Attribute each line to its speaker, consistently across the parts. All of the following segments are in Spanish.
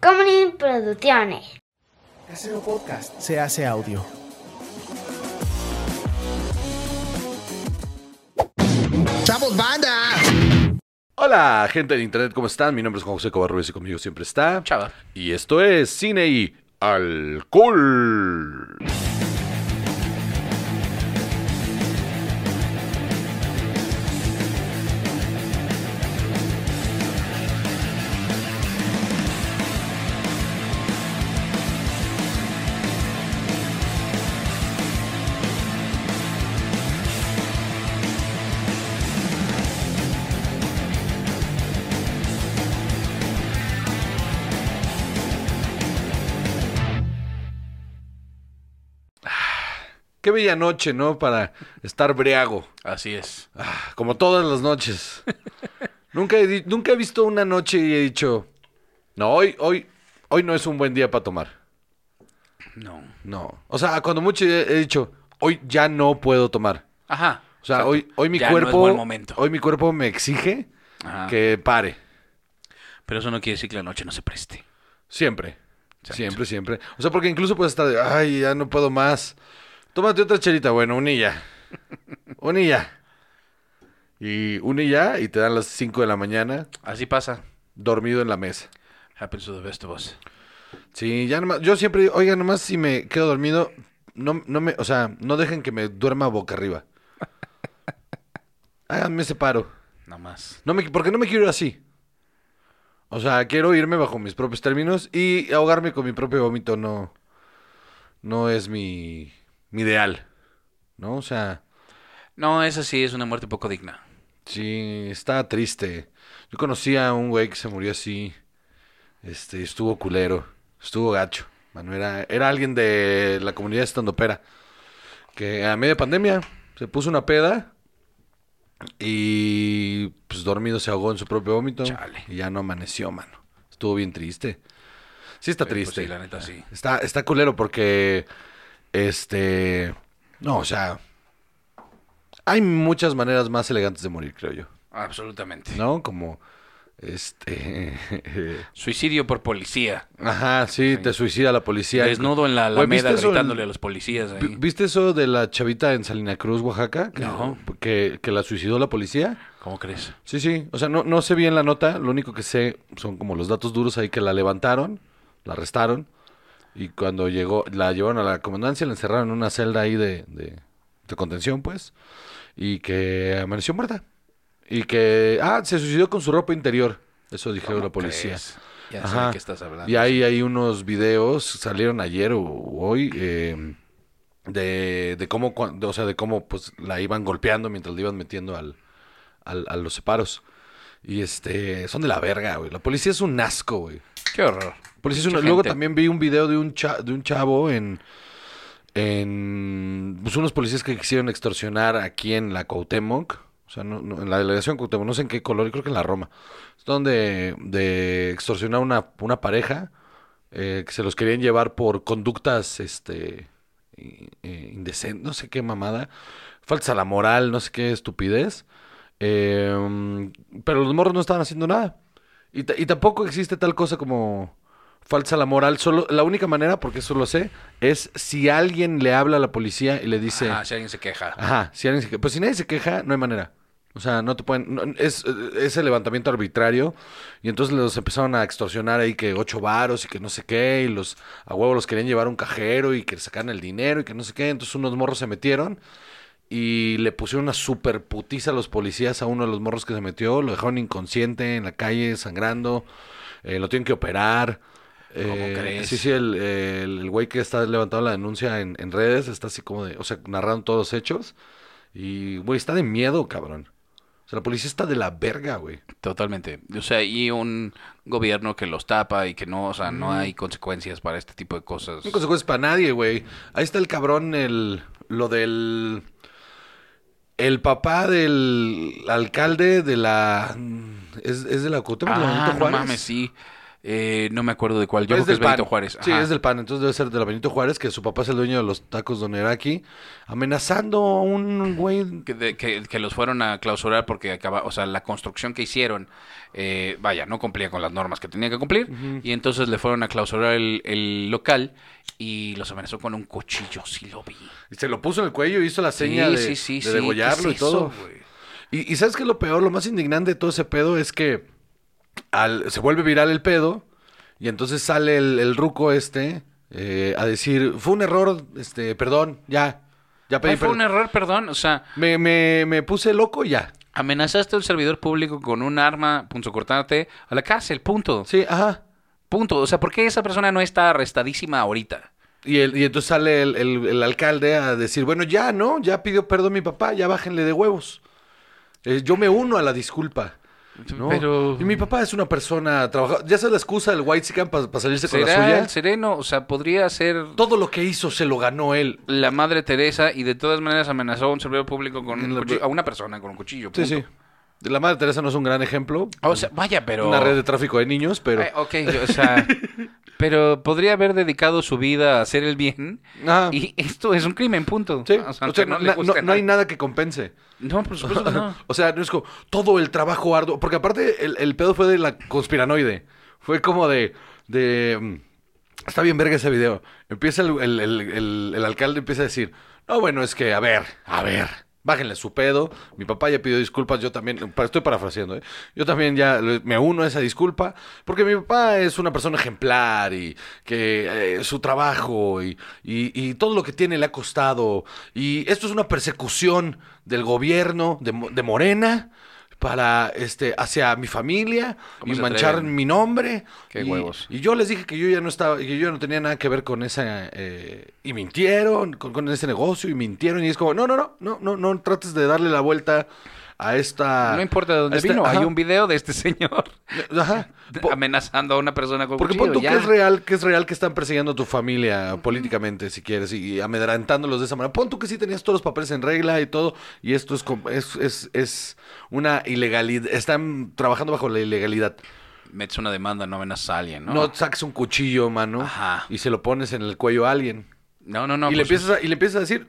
Speaker 1: Comedy Producciones.
Speaker 2: Casero Podcast se hace audio.
Speaker 3: ¡Chavos, banda!
Speaker 4: Hola, gente de internet, ¿cómo están? Mi nombre es Juan José Cobar Ruiz y conmigo siempre está.
Speaker 5: Chava.
Speaker 4: Y esto es Cine y Alcohol. Qué bella noche, ¿no? Para estar briago,
Speaker 5: Así es.
Speaker 4: Ah, como todas las noches. nunca, he, di- nunca he visto una noche y he dicho, no, hoy, hoy, hoy no es un buen día para tomar.
Speaker 5: No.
Speaker 4: No. O sea, cuando mucho he, he dicho, hoy ya no puedo tomar.
Speaker 5: Ajá.
Speaker 4: O sea,
Speaker 5: Exacto.
Speaker 4: hoy, hoy mi
Speaker 5: Ya no es
Speaker 4: cuerpo,
Speaker 5: buen momento. Ah.
Speaker 4: hoy mi cuerpo me exige
Speaker 5: Ajá.
Speaker 4: que pare.
Speaker 5: Pero eso no quiere decir que la noche no se preste.
Speaker 4: Siempre. Siempre, siempre. O sea, porque incluso puedes estar de, ay, ya no puedo más. Tómate otra chelita, bueno, una y ya. Una y ya. Y una y ya, y te dan las 5 de la mañana,
Speaker 5: Así pasa.
Speaker 4: dormido en la mesa.
Speaker 5: Happens to the best of us.
Speaker 4: Sí, ya nomás, yo siempre, digo, oiga, nomás si me quedo dormido, no, no me, o sea, no dejen que me duerma boca arriba. Ah, Háganme ese paro.
Speaker 5: Nada más.
Speaker 4: No me, porque no me quiero ir así. O sea, quiero irme bajo mis propios términos y ahogarme con mi propio vómito no, no es mi, mi ideal. ¿No? O sea,
Speaker 5: No, esa sí es una muerte poco digna.
Speaker 4: sí, está triste. Yo conocí a un güey que se murió así. Este, estuvo culero. Estuvo gacho. Mano, era, era alguien de la comunidad estandopera. Que a media pandemia se puso una peda. Y pues dormido se ahogó en su propio vómito.
Speaker 5: Chale.
Speaker 4: Y ya no amaneció, mano. Estuvo bien triste. Sí está
Speaker 5: Eh, pues
Speaker 4: triste.
Speaker 5: sí, la neta, sí.
Speaker 4: Está, está culero porque. Este. No, o sea. Hay muchas maneras más elegantes de morir, creo yo.
Speaker 5: Absolutamente.
Speaker 4: ¿No? Como. Este.
Speaker 5: Suicidio por policía.
Speaker 4: Ajá, sí, te suicida la policía.
Speaker 5: Desnudo en la
Speaker 4: Güey,
Speaker 5: alameda
Speaker 4: ¿viste eso en-
Speaker 5: gritándole a los policías ahí.
Speaker 4: vi- ¿Viste eso de la chavita en Salina Cruz, Oaxaca? Que,
Speaker 5: No.
Speaker 4: que, que la suicidó la policía.
Speaker 5: ¿Cómo crees?
Speaker 4: Sí, sí. O sea, no, no sé bien la nota. Lo único que sé son como los datos duros ahí que la levantaron, la arrestaron. Y cuando llegó, la llevaron a la comandancia, la encerraron en una celda ahí de, de, de contención, pues. Y que amaneció muerta. Y que, ah, se suicidó con su ropa interior. Eso dijeron la
Speaker 5: ¿Cómo
Speaker 4: policía.
Speaker 5: crees? Ya sé
Speaker 4: Ajá.
Speaker 5: de qué estás hablando.
Speaker 4: Y ahí hay unos videos, salieron ayer o hoy, eh, de, de cómo, cuan- de- o sea, de cómo pues la iban golpeando mientras la iban metiendo al, al- a los separos. Y este, son de la verga, güey. La policía es un asco, güey.
Speaker 5: Qué horror.
Speaker 4: Policía es
Speaker 5: Mucha
Speaker 4: un- Luego
Speaker 5: gente.
Speaker 4: también vi un video de un, cha- de un chavo en, en, pues unos policías que quisieron extorsionar aquí en la Cuauhtémoc. O sea, no- no, en la delegación Cuauhtémoc, no sé en qué color, creo que en la Roma. Donde de extorsionar una, una pareja eh, que se los querían llevar por conductas este i- eh, indecentes, no sé qué mamada, falsa la moral, no sé qué estupidez. Eh, pero los morros no estaban haciendo nada. Y, ta- y tampoco existe tal cosa como falsa la moral. Solo, la única manera, porque eso lo sé, es si alguien le habla a la policía y le dice.
Speaker 5: Ajá, si alguien se queja.
Speaker 4: Ajá, si alguien se que- Pues si nadie se queja, no hay manera. O sea, no te pueden. no- es, es el levantamiento arbitrario. Y entonces los empezaron a extorsionar ahí que ocho varos y que no sé qué. Y los a huevo los querían llevar a un cajero y que le sacaran el dinero y que no sé qué. Entonces unos morros se metieron y le pusieron una super putiza a los policías a uno de los morros que se metió. Lo dejaron inconsciente en la calle, sangrando. eh, lo tienen que operar.
Speaker 5: ¿Cómo
Speaker 4: Eh,
Speaker 5: crees?
Speaker 4: Sí, sí, el, el- el güey que está levantando la denuncia en, en redes está así como de, o sea, narrando todos los hechos. Y, güey, está de miedo, cabrón. O sea, la policía está de la verga, güey.
Speaker 5: Totalmente. O sea, y un gobierno que los tapa y que no, o sea,
Speaker 4: Mm.
Speaker 5: no hay consecuencias para este tipo de cosas.
Speaker 4: No hay consecuencias para nadie, güey. Ahí está el cabrón, el, lo del... El papá del alcalde de la... ¿Es, es de la Cuauhtémoc? de la
Speaker 5: Ah,
Speaker 4: Benito
Speaker 5: no
Speaker 4: Juárez?
Speaker 5: mames, sí. Eh, no me acuerdo de cuál. Yo
Speaker 4: Es
Speaker 5: creo que es
Speaker 4: del PAN.
Speaker 5: Benito Juárez.
Speaker 4: Sí,
Speaker 5: Ajá.
Speaker 4: es del PAN. Entonces debe ser de la Benito Juárez, que su papá es el dueño de los tacos Doneraki, amenazando a un güey.
Speaker 5: que, de- que- que los fueron a clausurar porque acaba, o sea, la construcción que hicieron, eh, vaya, no cumplía con las normas que tenía que cumplir, y entonces le fueron a clausurar el, el local y los amenazó con un cuchillo, sí lo vi.
Speaker 4: Y se lo puso en el cuello y hizo la seña
Speaker 5: Sí,
Speaker 4: de,
Speaker 5: sí, sí,
Speaker 4: de
Speaker 5: sí,
Speaker 4: degollarlo
Speaker 5: ¿qué
Speaker 4: y
Speaker 5: es
Speaker 4: todo.
Speaker 5: eso, güey?
Speaker 4: Y, y ¿sabes qué es lo peor? Lo más indignante de todo ese pedo es que al- se vuelve viral el pedo y entonces sale el, el ruco este eh, a decir, fue un error, este, perdón, ya, ya pedí
Speaker 5: Ay, fue un
Speaker 4: perdón.
Speaker 5: error, perdón, o sea,
Speaker 4: Me, me, me puse loco y ya.
Speaker 5: amenazaste a un servidor público con un arma, punto, cortante, a la cárcel, punto,
Speaker 4: Sí, ajá.
Speaker 5: punto. O sea, ¿por qué esa persona no está arrestadísima ahorita?
Speaker 4: Y, el- y entonces sale el, el- el alcalde a decir, bueno, ya, ¿no? Ya pidió perdón mi papá, ya bájenle de huevos. Eh, yo me uno a la disculpa. ¿no?
Speaker 5: Pero-
Speaker 4: Y mi papá es una persona trabajadora. Ya sabes la excusa del White para salirse con la
Speaker 5: ¿Será
Speaker 4: suya.
Speaker 5: el sereno? O sea, podría ser
Speaker 4: Todo lo que hizo se lo ganó él.
Speaker 5: la madre Teresa y de todas maneras amenazó a un servidor público con
Speaker 4: En
Speaker 5: un
Speaker 4: la-
Speaker 5: cuchillo, a una persona con un cuchillo.
Speaker 4: Sí,
Speaker 5: punto.
Speaker 4: sí. La madre Teresa no es un gran ejemplo.
Speaker 5: O sea, vaya, Oh, pero...
Speaker 4: Una red de tráfico de niños, pero.
Speaker 5: Ay, ok, o sea... pero podría haber dedicado su vida a hacer el bien
Speaker 4: Ajá.
Speaker 5: y esto es un crimen, punto.
Speaker 4: Ah. Sí.
Speaker 5: O sea,
Speaker 4: O sea,
Speaker 5: aunque no,
Speaker 4: no,
Speaker 5: le
Speaker 4: na-
Speaker 5: guste
Speaker 4: no-
Speaker 5: a
Speaker 4: no hay
Speaker 5: nadie.
Speaker 4: nada que compense.
Speaker 5: No, por supuesto que no.
Speaker 4: O sea, no es como todo el trabajo arduo. Porque aparte, el, el pedo fue de la conspiranoide. Fue como de. de mm, está bien verga ese video. Empieza el, el- el- el- el alcalde empieza a decir: No, bueno, es que, a ver, a ver. Bájenle su pedo. Mi papá ya pidió disculpas. Yo también. pa- Estoy parafraseando, ¿eh? Yo también ya le- me uno a esa disculpa. Porque mi papá es una persona ejemplar y que eh, su trabajo y, y- y todo lo que tiene le ha costado. Y esto es una persecución del gobierno de, Mo- de Morena para este hacia mi familia
Speaker 5: ¿Cómo
Speaker 4: y
Speaker 5: se
Speaker 4: manchar
Speaker 5: atreven?
Speaker 4: mi nombre.
Speaker 5: Qué
Speaker 4: Y-
Speaker 5: huevos.
Speaker 4: Y yo les dije que yo ya no estaba, que yo no tenía nada que ver con esa eh, y mintieron con, con ese negocio y mintieron y es como no no no no no no trates de darle la vuelta a esta.
Speaker 5: No importa de
Speaker 4: a
Speaker 5: dónde
Speaker 4: esta-
Speaker 5: vino, hay
Speaker 4: Ah. ajá,
Speaker 5: un video de este señor
Speaker 4: Ajá. Po-
Speaker 5: amenazando a una persona con
Speaker 4: porque pon
Speaker 5: cuchillo.
Speaker 4: tú
Speaker 5: ya.
Speaker 4: que es real, que es real que están persiguiendo a tu familia políticamente, si quieres, y amedrentándolos de esa manera. Pon tú que sí tenías todos los papeles en regla y todo, y esto es com- es, es, es una ilegalidad. Están trabajando bajo la ilegalidad.
Speaker 5: Metes una demanda, no amenazas a alguien, ¿no?
Speaker 4: No, saques un cuchillo, mano,
Speaker 5: Ajá.
Speaker 4: y se lo pones en el cuello a alguien.
Speaker 5: no, no. no,
Speaker 4: y, le
Speaker 5: pues-
Speaker 4: empiezas a, y le empiezas a decir,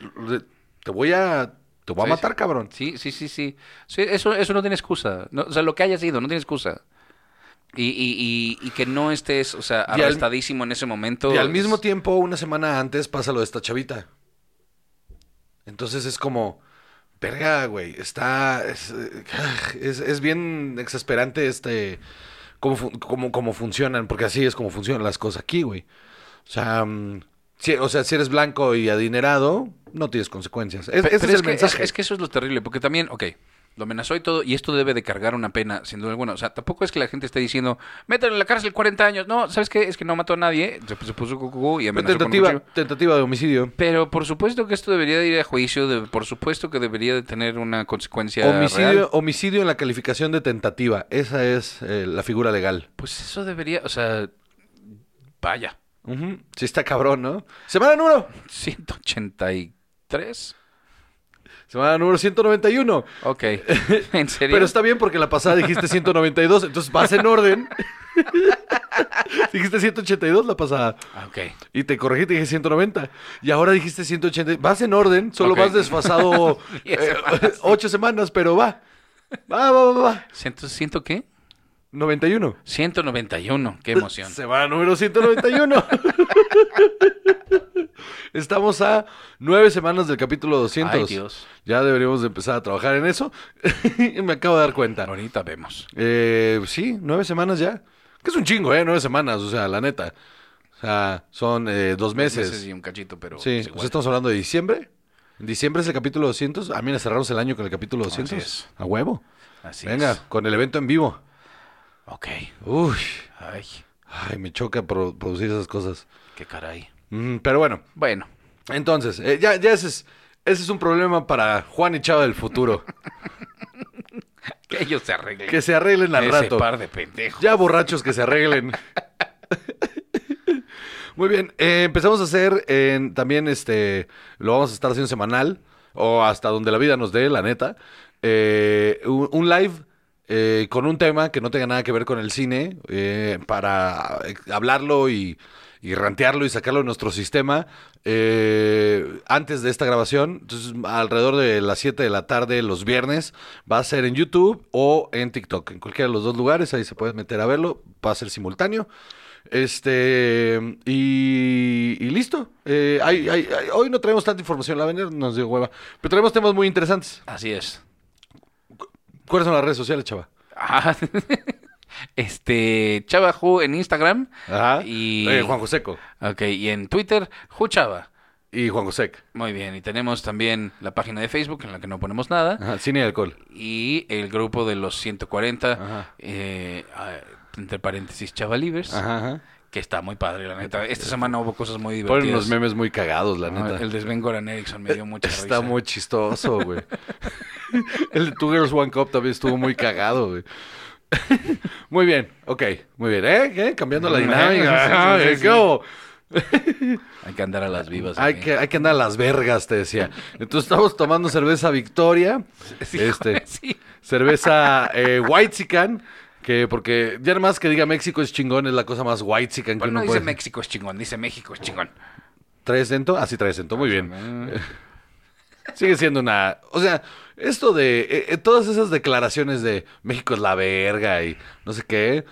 Speaker 4: te voy a, te voy a
Speaker 5: Sí,
Speaker 4: matar,
Speaker 5: sí.
Speaker 4: cabrón.
Speaker 5: Sí, sí, sí, sí. Sí, eso, eso no tiene excusa. No, o sea, lo que haya sido, no tiene excusa. Y, y, y, y que no estés, o sea,
Speaker 4: Y al-
Speaker 5: arrestadísimo en ese momento.
Speaker 4: Y al mismo
Speaker 5: es-
Speaker 4: tiempo, una semana antes, pasa lo de esta chavita. Entonces es como, verga, güey, está, es, eh, es- es bien exasperante este, cómo, fu- cómo- cómo funcionan, porque así es como funcionan las cosas aquí, güey. O sea, mm, si, o sea, si eres blanco y adinerado, no tienes consecuencias. Es,
Speaker 5: Pe-
Speaker 4: ese
Speaker 5: pero
Speaker 4: es
Speaker 5: es
Speaker 4: el
Speaker 5: que,
Speaker 4: mensaje.
Speaker 5: Es, es que eso es lo terrible, porque también, ok, lo amenazó y todo, y esto debe de cargar una pena, sin duda alguna. O sea, tampoco es que la gente esté diciendo, mételo en la cárcel 40 años. No, ¿sabes qué? Es que no mató a nadie, se, se puso cucú y
Speaker 4: Fue
Speaker 5: amenazó con un
Speaker 4: tentativa,
Speaker 5: cuchillo.
Speaker 4: tentativa de homicidio.
Speaker 5: Pero por supuesto que esto debería de ir a juicio, de- por supuesto que debería de tener una consecuencia real.
Speaker 4: Homicidio, homicidio en la calificación de tentativa. Esa es eh, la figura legal.
Speaker 5: Pues eso debería, o sea, vaya.
Speaker 4: Ujú. Sí está cabrón, ¿no? Semana número.
Speaker 5: 183.
Speaker 4: Semana número 191.
Speaker 5: Ok. ¿En serio?
Speaker 4: Pero está bien porque la pasada dijiste 192, entonces vas en orden. dijiste 182 la pasada.
Speaker 5: Ah, Ok.
Speaker 4: Y te corregí, te dije 190. Y ahora dijiste 180. Vas en orden, solo
Speaker 5: Ok.
Speaker 4: vas desfasado
Speaker 5: Diez
Speaker 4: 8 semanas, pero va. Va, va, va, va.
Speaker 5: ¿Ciento, ciento qué?
Speaker 4: 91.
Speaker 5: 191. Qué emoción.
Speaker 4: Semana número 191. Estamos a nueve semanas del capítulo 200.
Speaker 5: Ay, Dios.
Speaker 4: Ya deberíamos de empezar a trabajar en eso. Me acabo de dar cuenta.
Speaker 5: Ahorita vemos.
Speaker 4: Eh, sí, nueve semanas ya. Que es un chingo, ¿eh? Nueve semanas, o sea, la neta. O sea, son eh, dos meses.
Speaker 5: meses y un cachito, pero.
Speaker 4: sí, pues
Speaker 5: es
Speaker 4: o
Speaker 5: igual.
Speaker 4: sea, estamos hablando de diciembre. En diciembre es el capítulo 200. A mí me cerramos el año con el capítulo 200.
Speaker 5: es.
Speaker 4: A huevo.
Speaker 5: Así
Speaker 4: Venga,
Speaker 5: es.
Speaker 4: con el evento en vivo.
Speaker 5: Ok.
Speaker 4: Uy,
Speaker 5: Ay,
Speaker 4: ay, me choca pro- producir esas cosas.
Speaker 5: qué caray.
Speaker 4: Mm, pero bueno,
Speaker 5: Bueno,
Speaker 4: entonces, eh, ya, ya ese, es, ese es un problema para Juan y Chava del futuro.
Speaker 5: que ellos se arreglen.
Speaker 4: que se arreglen al
Speaker 5: Ese
Speaker 4: rato.
Speaker 5: par de pendejos.
Speaker 4: Ya borrachos que se arreglen. Muy bien, eh, empezamos a hacer en- también este, lo vamos a estar haciendo semanal o hasta donde la vida nos dé, la neta, eh, un, un live eh, con un tema que no tenga nada que ver con el cine, eh, para eh, hablarlo y, y rantearlo y sacarlo de nuestro sistema eh, antes de esta grabación. Entonces, alrededor de las 7 de la tarde, los viernes, va a ser en YouTube o en TikTok. En cualquiera de los dos lugares, ahí se pueden meter a verlo. Va a ser simultáneo. Este, y, y listo. Eh, hay- hay- hay- hoy no traemos tanta información, la venir nos dio hueva. Pero traemos temas muy interesantes.
Speaker 5: Así es.
Speaker 4: ¿Cuáles son las redes sociales, chava?
Speaker 5: Ajá. Ah, este, Chava Ju en Instagram.
Speaker 4: Ajá.
Speaker 5: Y,
Speaker 4: Eh, Juan Joseco.
Speaker 5: Ok, y en Twitter, Ju Chava.
Speaker 4: Y Juan Josec.
Speaker 5: Muy bien, y tenemos también la página de Facebook en la que no ponemos nada.
Speaker 4: Ajá, cine y alcohol.
Speaker 5: Y el grupo de los 140,
Speaker 4: Ajá.
Speaker 5: eh, ah, entre paréntesis, Chavalivers,
Speaker 4: Ajá. ajá.
Speaker 5: que está muy padre, la neta. Esta semana hubo cosas muy divertidas.
Speaker 4: Ponen unos memes muy cagados, la
Speaker 5: Ah,
Speaker 4: neta.
Speaker 5: El de Sven Goran Eriksson me dio mucha risa.
Speaker 4: Está muy chistoso, güey. El de Two Girls One Cup también estuvo muy cagado, güey. Muy bien, ok, muy bien. ¿Eh? ¿Qué? Cambiando la
Speaker 5: Ajá,
Speaker 4: dinámica.
Speaker 5: sí, sí,
Speaker 4: Ajá,
Speaker 5: sí,
Speaker 4: ¿eh?
Speaker 5: sí.
Speaker 4: ¿Qué hubo?
Speaker 5: Hay que andar a las vivas. ¿eh?
Speaker 4: Hay
Speaker 5: aquí.
Speaker 4: que, hay que andar a las vergas, te decía. Entonces estamos tomando cerveza Victoria,
Speaker 5: Sí,
Speaker 4: este,
Speaker 5: sí.
Speaker 4: cerveza eh, White que porque ya nada más que diga México es chingón, es la cosa más White que
Speaker 5: Pero
Speaker 4: uno
Speaker 5: no dice
Speaker 4: puede.
Speaker 5: México es chingón, dice México es chingón.
Speaker 4: ¿Tres dentro? Ah, sí, tres dentro. Muy bien. Sigue siendo una... O sea, esto de... eh, eh, todas esas declaraciones de México es la verga y no sé qué,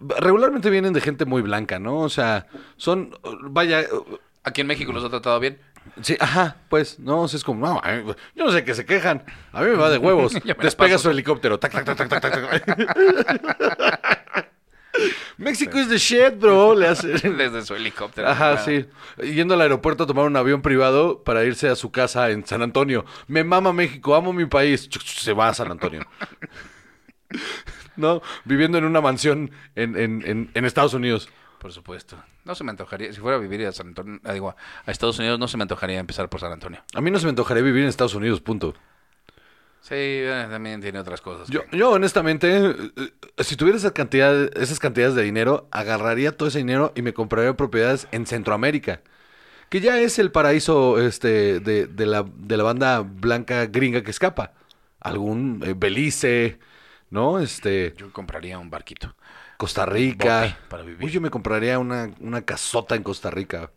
Speaker 4: regularmente vienen de gente muy blanca, ¿no? O sea, son... Vaya...
Speaker 5: Aquí en México los ha tratado bien.
Speaker 4: Sí, ajá, pues, no, o sea, es como, no, a mí- yo no sé qué se quejan, a mí me va de huevos,
Speaker 5: Ya me la
Speaker 4: despega
Speaker 5: paso.
Speaker 4: su helicóptero, tac, tac, tac, tac, tac, tac, tac. México is the shit, bro, le hace...
Speaker 5: Desde su helicóptero.
Speaker 4: Ajá,
Speaker 5: Ah,
Speaker 4: sí. Yendo al aeropuerto a tomar un avión privado para irse a su casa en San Antonio. Me mama México, amo mi país. Chuc, chuc, Se va a San Antonio. ¿No? Viviendo en una mansión en, en- en- en Estados Unidos.
Speaker 5: Por supuesto. No se me antojaría, si fuera a vivir a San Antonio, ah, digo, a Estados Unidos, no se me antojaría empezar por San Antonio.
Speaker 4: A mí no se me antojaría vivir en Estados Unidos, punto.
Speaker 5: Sí, eh, también tiene otras cosas.
Speaker 4: Yo,
Speaker 5: que-
Speaker 4: yo honestamente, eh, eh, si tuviera esa cantidad, esas cantidades de dinero, agarraría todo ese dinero y me compraría propiedades en Centroamérica. Que ya es el paraíso este, de, de la, de la banda blanca gringa que escapa. Algún eh, Belice, ¿no? Este,
Speaker 5: yo compraría un barquito.
Speaker 4: Costa Rica.
Speaker 5: Bote para vivir.
Speaker 4: Uy, yo me compraría una, una casota en Costa Rica.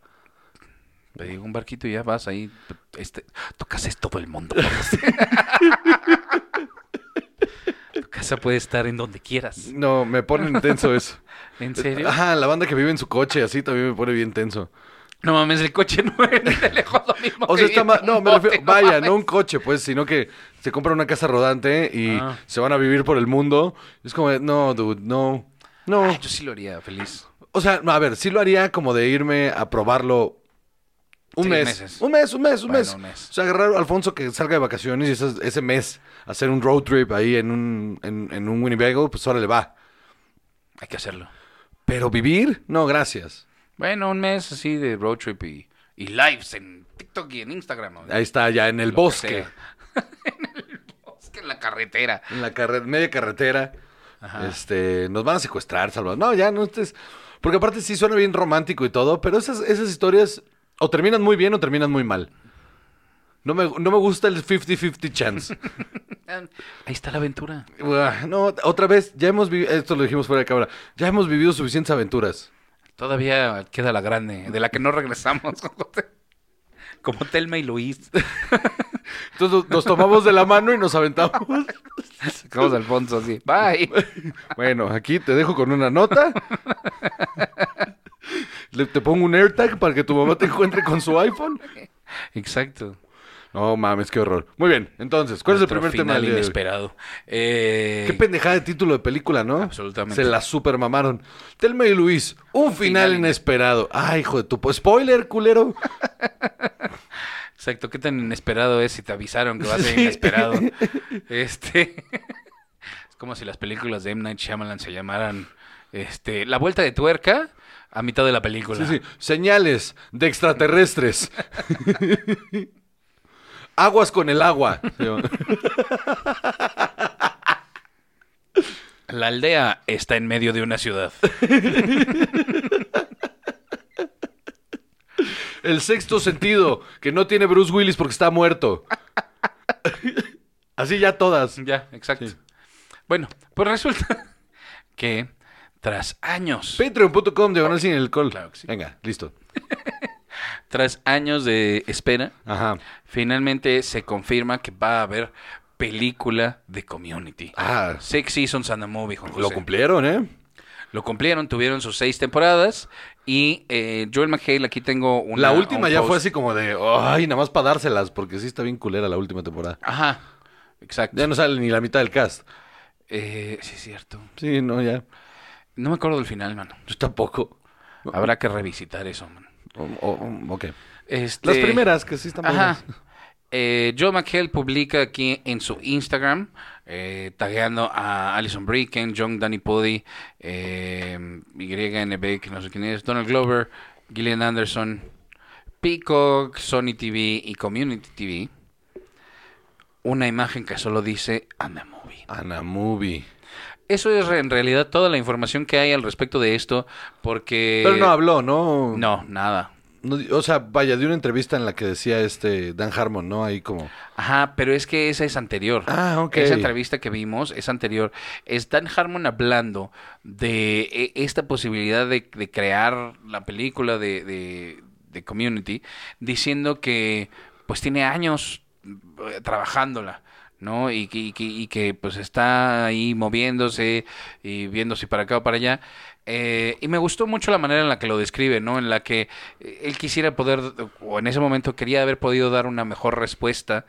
Speaker 5: Pedí un barquito y ya vas ahí. Este, tu casa es todo el mundo. tu casa puede estar en donde quieras.
Speaker 4: No, me pone intenso eso.
Speaker 5: ¿En serio?
Speaker 4: Ajá, la banda que vive en su coche, así también me pone bien tenso.
Speaker 5: No mames, el coche no es ni de lejos lo mismo.
Speaker 4: O
Speaker 5: que
Speaker 4: sea, está
Speaker 5: viene
Speaker 4: ma- No,
Speaker 5: un
Speaker 4: me
Speaker 5: bote,
Speaker 4: refiero. Vaya,
Speaker 5: mames.
Speaker 4: no un coche, pues, sino que se compra una casa rodante y
Speaker 5: Ah.
Speaker 4: se van a vivir por el mundo. Es como, de, no, dude, no. No.
Speaker 5: Ah, yo sí lo haría feliz.
Speaker 4: O sea, no, a ver, sí lo haría como de irme a probarlo un
Speaker 5: Sí,
Speaker 4: mes.
Speaker 5: meses.
Speaker 4: Un mes, un mes, un
Speaker 5: Bueno,
Speaker 4: mes.
Speaker 5: un mes.
Speaker 4: O sea, agarrar a Alfonso que salga de vacaciones y esas- ese mes hacer un road trip ahí en un, en, en un Winnebago, pues ahora le va.
Speaker 5: Hay que hacerlo.
Speaker 4: Pero vivir, no, gracias.
Speaker 5: Bueno, un mes así de road trip y, y lives en TikTok y en Instagram. ¿no?
Speaker 4: Ahí está, ya en el
Speaker 5: Lo que
Speaker 4: bosque.
Speaker 5: sea. Es que en la carretera.
Speaker 4: En la carre- media carretera. Este, nos van a secuestrar, Salvador. No, ya no estés. Porque aparte sí suena bien romántico y todo, pero esas, esas historias o terminan muy bien o terminan muy mal. No me, no me gusta el 50-50 chance.
Speaker 5: Ahí está la aventura.
Speaker 4: Buah, no, otra vez, ya hemos vivido, esto lo dijimos fuera de cámara, ya hemos vivido suficientes aventuras.
Speaker 5: Todavía queda la grande, de la que no regresamos. Como Telma y Luis.
Speaker 4: Entonces nos tomamos de la mano y nos aventamos.
Speaker 5: Sacamos a Alfonso así. Bye.
Speaker 4: Bueno, aquí te dejo con una nota. Le- te pongo un AirTag para que tu mamá te encuentre con su iPhone.
Speaker 5: Exacto.
Speaker 4: No mames, qué horror. Muy bien, entonces, ¿cuál es el
Speaker 5: Nuestro
Speaker 4: primer tema
Speaker 5: final
Speaker 4: del día de hoy?
Speaker 5: inesperado. Eh,
Speaker 4: Qué pendejada de título de película, ¿no?
Speaker 5: Absolutamente.
Speaker 4: Se la super mamaron. Telma y Luis, un final
Speaker 5: final
Speaker 4: inesperado. Ay, hijo de tu... po- Spoiler, culero.
Speaker 5: Exacto. ¿Qué tan inesperado es si te avisaron que va a ser
Speaker 4: Sí.
Speaker 5: inesperado? Este. es como si las películas de M. Night Shyamalan se llamaran este, La Vuelta de Tuerca a mitad de la película.
Speaker 4: Sí, sí. Señales de extraterrestres. Aguas con el agua.
Speaker 5: La aldea está en medio de una ciudad.
Speaker 4: El sexto sentido, que no tiene Bruce Willis porque está muerto. Así ya todas.
Speaker 5: Ya, exacto. Bueno, pues resulta que tras años,
Speaker 4: Patreon.com diagonal sin alcohol.
Speaker 5: Claro que sí.
Speaker 4: Venga, listo.
Speaker 5: tras años de espera,
Speaker 4: Ajá.
Speaker 5: finalmente se confirma que va a haber película de Community.
Speaker 4: Ah,
Speaker 5: Six Seasons and a Movie, Juan
Speaker 4: lo
Speaker 5: José.
Speaker 4: cumplieron, ¿eh?
Speaker 5: Lo cumplieron, tuvieron sus seis temporadas y eh, Joel McHale, aquí tengo una...
Speaker 4: la última
Speaker 5: un
Speaker 4: ya fue
Speaker 5: post.
Speaker 4: así como de, ay, nada más para dárselas, porque sí está bien culera la última temporada.
Speaker 5: Ajá, exacto.
Speaker 4: Ya no sale ni la mitad del cast.
Speaker 5: Eh, sí, es cierto.
Speaker 4: Sí, no, ya.
Speaker 5: No me acuerdo del final, mano.
Speaker 4: Yo tampoco.
Speaker 5: Habrá que revisitar eso, mano.
Speaker 4: O- o- ok.
Speaker 5: Este-
Speaker 4: Las primeras, que sí están
Speaker 5: Ajá.
Speaker 4: buenas.
Speaker 5: Eh, Joe McHale publica aquí en su Instagram, eh, tagueando a Alison Bricken, John Danny Pudi, eh, YNB, que no sé quién es, Donald Glover, Gillian Anderson, Peacock, Sony TV y Community TV. Una imagen que solo dice And a Movie.
Speaker 4: Ana Movie.
Speaker 5: Eso es re- en realidad toda la información que hay al respecto de esto, porque...
Speaker 4: Pero no habló, ¿no?
Speaker 5: Eh, No, nada.
Speaker 4: No di- O sea, vaya, de una entrevista en la que decía este Dan Harmon, ¿no? Ahí como.
Speaker 5: Ajá, pero es que esa es anterior.
Speaker 4: Ah, ok.
Speaker 5: Esa entrevista que vimos es anterior. Es Dan Harmon hablando de eh, esta posibilidad de, de crear la película de, de- de Community, diciendo que pues tiene años eh, trabajándola. ¿no? Y, que- y que- y que pues está ahí moviéndose y viéndose para acá o para allá. Eh, y me gustó mucho la manera en la que lo describe, ¿no? En la que eh, él quisiera poder, o en ese momento quería haber podido dar una mejor respuesta.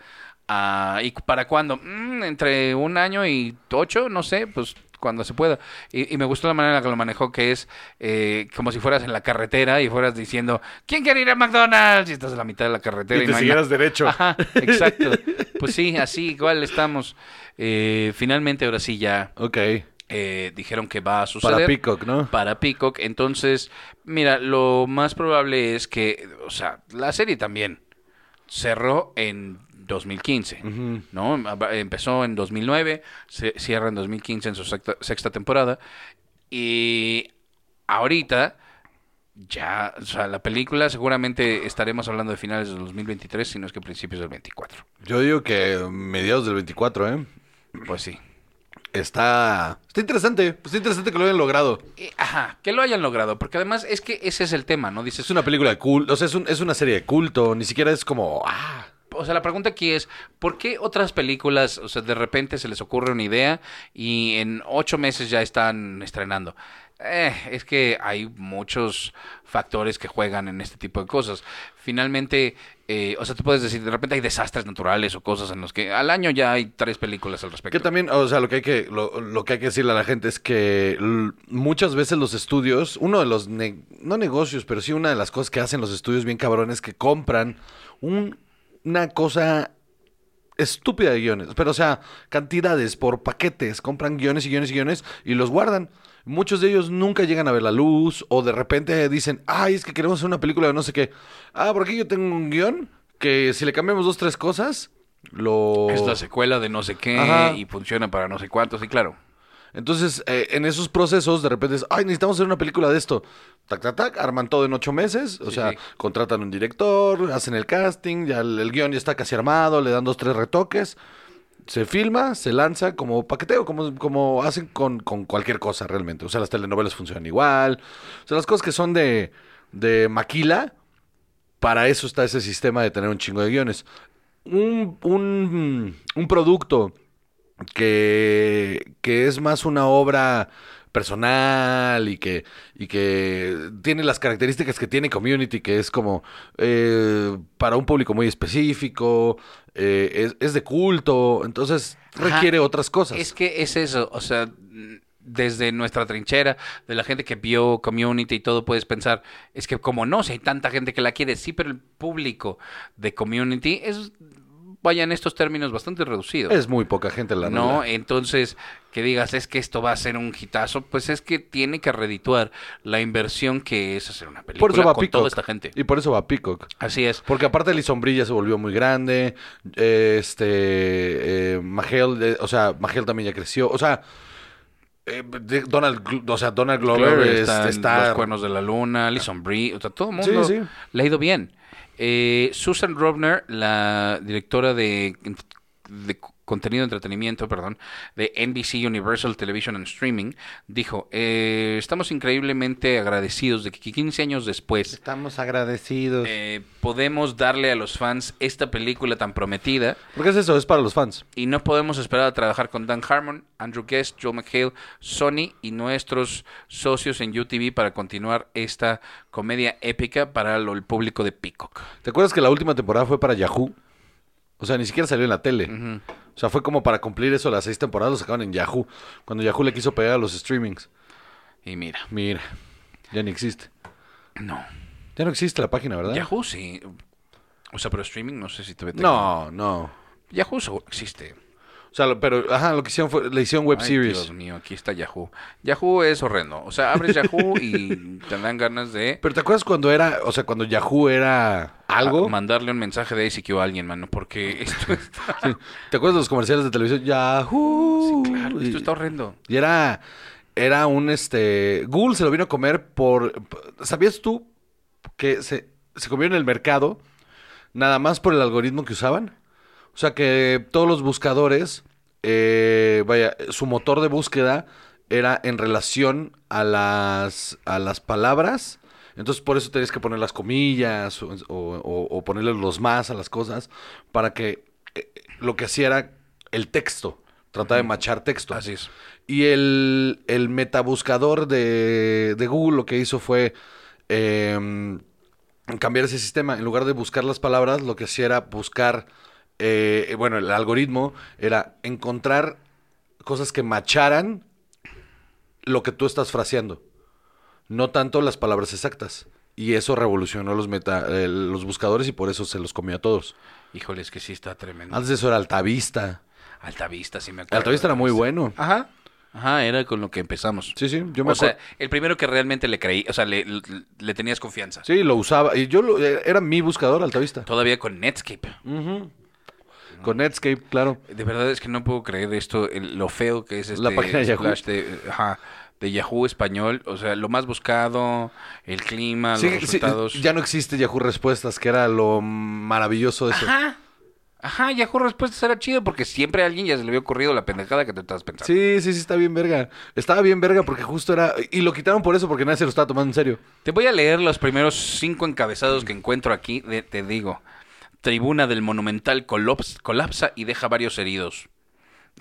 Speaker 5: a- Ah, ¿Y para cuándo? Mm, entre un año y ocho, no sé, pues cuando se pueda. Y, y me gustó la manera en la que lo manejó, que es eh, como si fueras en la carretera y fueras diciendo, ¿quién quiere ir a McDonald's? Y estás en la mitad de la carretera. no hay nada.
Speaker 4: derecho.
Speaker 5: Ajá, exacto. Pues sí, así igual estamos. Eh, finalmente, ahora sí ya
Speaker 4: Ok.
Speaker 5: eh, dijeron que va a suceder.
Speaker 4: Para Peacock, ¿no?
Speaker 5: Para Peacock. Entonces, mira, lo más probable es que, o sea, la serie también cerró en 2015,
Speaker 4: Ujú.
Speaker 5: ¿no? Ab- Empezó en 2009, se cierra en 2015 en su sexta, sexta temporada. Y ahorita... Ya, o sea, la película seguramente estaremos hablando de finales del 2023, si no es que principios del 24.
Speaker 4: Yo digo que mediados del 24, ¿eh?
Speaker 5: Pues sí.
Speaker 4: Está. Está interesante. pues, Está interesante que lo hayan logrado.
Speaker 5: Eh, Ajá, que lo hayan logrado, porque además es que ese es el tema, ¿no? Dices,
Speaker 4: Es una película de culto. O sea, es, un- es una serie de culto. Ni siquiera es como. Ah.
Speaker 5: o sea, la pregunta aquí es, ¿por qué otras películas, o sea, de repente se les ocurre una idea y en ocho meses ya están estrenando? Eh, es que hay muchos factores que juegan en este tipo de cosas. Finalmente, eh, o sea, tú puedes decir, de repente hay desastres naturales o cosas en los que al año ya hay tres películas al respecto.
Speaker 4: Que también, o sea, lo que hay que, lo, lo que, hay que decirle a la gente es que l- muchas veces los estudios, uno de los, ne- no negocios, pero sí una de las cosas que hacen los estudios bien cabrones es que compran un- una cosa estúpida de guiones, pero o sea, cantidades por paquetes, compran guiones y guiones y guiones y los guardan. Muchos de ellos nunca llegan a ver la luz o de repente dicen, ay, es que queremos hacer una película de no sé qué. Ah, porque yo tengo un guión que si le cambiamos dos, tres cosas, lo...
Speaker 5: Es la secuela de no sé qué
Speaker 4: Oh. Ajá.
Speaker 5: y funciona para no sé cuántos, y claro.
Speaker 4: Entonces, eh, en esos procesos, de repente es, ay, necesitamos hacer una película de esto. Tac, tac, tac, arman todo en ocho meses. O
Speaker 5: Sí,
Speaker 4: sea,
Speaker 5: sí.
Speaker 4: contratan un director, hacen el casting, ya el, el guión ya está casi armado, le dan dos, tres retoques. Se filma, se lanza como paqueteo, como, como hacen con, con cualquier cosa realmente. O sea, las telenovelas funcionan igual. O sea, las cosas que son de, de maquila, para eso está ese sistema de tener un chingo de guiones. Un, un, un producto que, que es más una obra personal y que, y que tiene las características que tiene Community, que es como eh, para un público muy específico, eh, es, es de culto, entonces
Speaker 5: Ajá.
Speaker 4: requiere otras cosas.
Speaker 5: Es que es eso, o sea, desde nuestra trinchera, de la gente que vio Community y todo, puedes pensar, es que como no, si hay tanta gente que la quiere, sí, pero el público de Community es, vaya en estos términos, bastante reducido.
Speaker 4: Es muy poca gente la
Speaker 5: no,
Speaker 4: neta.
Speaker 5: entonces que digas es que esto va a ser un hitazo, pues es que tiene que redituar la inversión que es hacer una película
Speaker 4: Por eso va
Speaker 5: con
Speaker 4: Peacock.
Speaker 5: toda esta gente.
Speaker 4: Y por eso va Peacock.
Speaker 5: Así es.
Speaker 4: Porque aparte Liz Sombrilla se volvió muy grande. eh, Este. eh, Magel, eh, o sea, Magel también ya creció. O sea. eh, de- Donald, Glo- o sea, Donald Glover,
Speaker 5: Glover
Speaker 4: este,
Speaker 5: está,
Speaker 4: está.
Speaker 5: en Los Cuernos de la Luna, Alison Brie, o sea, todo el mundo
Speaker 4: Sí, sí.
Speaker 5: le ha ido bien. Eh, Susan Robner, la directora de, de contenido de entretenimiento, perdón, de NBC Universal Television and Streaming, dijo, eh, estamos increíblemente agradecidos de que 15 años después
Speaker 4: Estamos agradecidos.
Speaker 5: eh, podemos darle a los fans esta película tan prometida
Speaker 4: Porque es eso, es para los fans.
Speaker 5: y no podemos esperar a trabajar con Dan Harmon, Andrew Guest, Joel McHale, Sony y nuestros socios en UTV para continuar esta comedia épica para lo- el público de Peacock.
Speaker 4: ¿Te acuerdas que la última temporada fue para Yahoo? O sea, ni siquiera salió en la tele. O sea, fue como para cumplir eso, las seis temporadas lo sacaban en Yahoo. Cuando Yahoo le quiso pegar a los streamings.
Speaker 5: Y mira,
Speaker 4: Mira, ya ni existe.
Speaker 5: no.
Speaker 4: Ya no existe la página, ¿verdad?
Speaker 5: Yahoo sí. O sea, pero streaming no sé si te
Speaker 4: No, no.
Speaker 5: Yahoo seguro existe.
Speaker 4: O sea, lo- pero, ajá, lo que hicieron fue, le hicieron web
Speaker 5: Ay,
Speaker 4: series.
Speaker 5: Dios mío, aquí está Yahoo. Yahoo es horrendo. O sea, abres Yahoo y te dan ganas de
Speaker 4: Pero ¿te acuerdas cuando era, o sea, cuando Yahoo era algo?
Speaker 5: a- mandarle un mensaje de ICQ a alguien, mano, porque esto está,
Speaker 4: Sí. ¿Te acuerdas de los comerciales de televisión? Yahoo.
Speaker 5: claro,
Speaker 4: Y-
Speaker 5: esto está horrendo.
Speaker 4: Y era, era un, este, Google se lo vino a comer por, ¿sabías tú que se, se comió en el mercado nada más por el algoritmo que usaban? O sea que todos los buscadores, eh, vaya, su motor de búsqueda era en relación a las, a las palabras. Entonces por eso tenías que poner las comillas o, o- o ponerle los más a las cosas para que eh, lo que hacía era el texto, tratar de machar texto.
Speaker 5: Así es.
Speaker 4: Y el, el metabuscador de, de Google lo que hizo fue em, cambiar ese sistema. En lugar de buscar las palabras, lo que hacía era buscar, eh, bueno, el algoritmo era encontrar cosas que macharan lo que tú estás fraseando, no tanto las palabras exactas. Y eso revolucionó los, meta, eh, los buscadores y por eso se los comió a todos.
Speaker 5: Híjole, es que sí está tremendo.
Speaker 4: Antes de eso era Altavista.
Speaker 5: Altavista, sí me acuerdo.
Speaker 4: Altavista era muy bueno.
Speaker 5: Ajá. Ajá, era con lo que empezamos.
Speaker 4: Sí, sí, yo me
Speaker 5: o sea,
Speaker 4: acuerdo.
Speaker 5: el primero que realmente le creí, o sea, le, le- le tenías confianza.
Speaker 4: Sí, lo usaba. Y yo lo- eh, era mi buscador altavista.
Speaker 5: Todavía con Netscape.
Speaker 4: Mm. Con Netscape, claro.
Speaker 5: De verdad es que no puedo creer esto, el- lo feo que es este
Speaker 4: La página de Yahoo.
Speaker 5: splash de, ajá, de Yahoo español, o sea, lo más buscado, el clima,
Speaker 4: Sí,
Speaker 5: Ah, los
Speaker 4: sí,
Speaker 5: resultados.
Speaker 4: ya no existe Yahoo Respuestas, que era lo maravilloso de eso.
Speaker 5: Ajá. Ajá, Yahoo Respuestas era chido porque siempre a alguien ya se le había ocurrido la pendejada que te estás pensando.
Speaker 4: Sí, sí, sí, está bien verga. Estaba bien verga porque justo era... Y lo quitaron por eso, porque nadie se lo estaba tomando en serio.
Speaker 5: Te voy a leer los primeros cinco encabezados que encuentro aquí, de- te digo. Tribuna del Monumental colops- colapsa y deja varios heridos.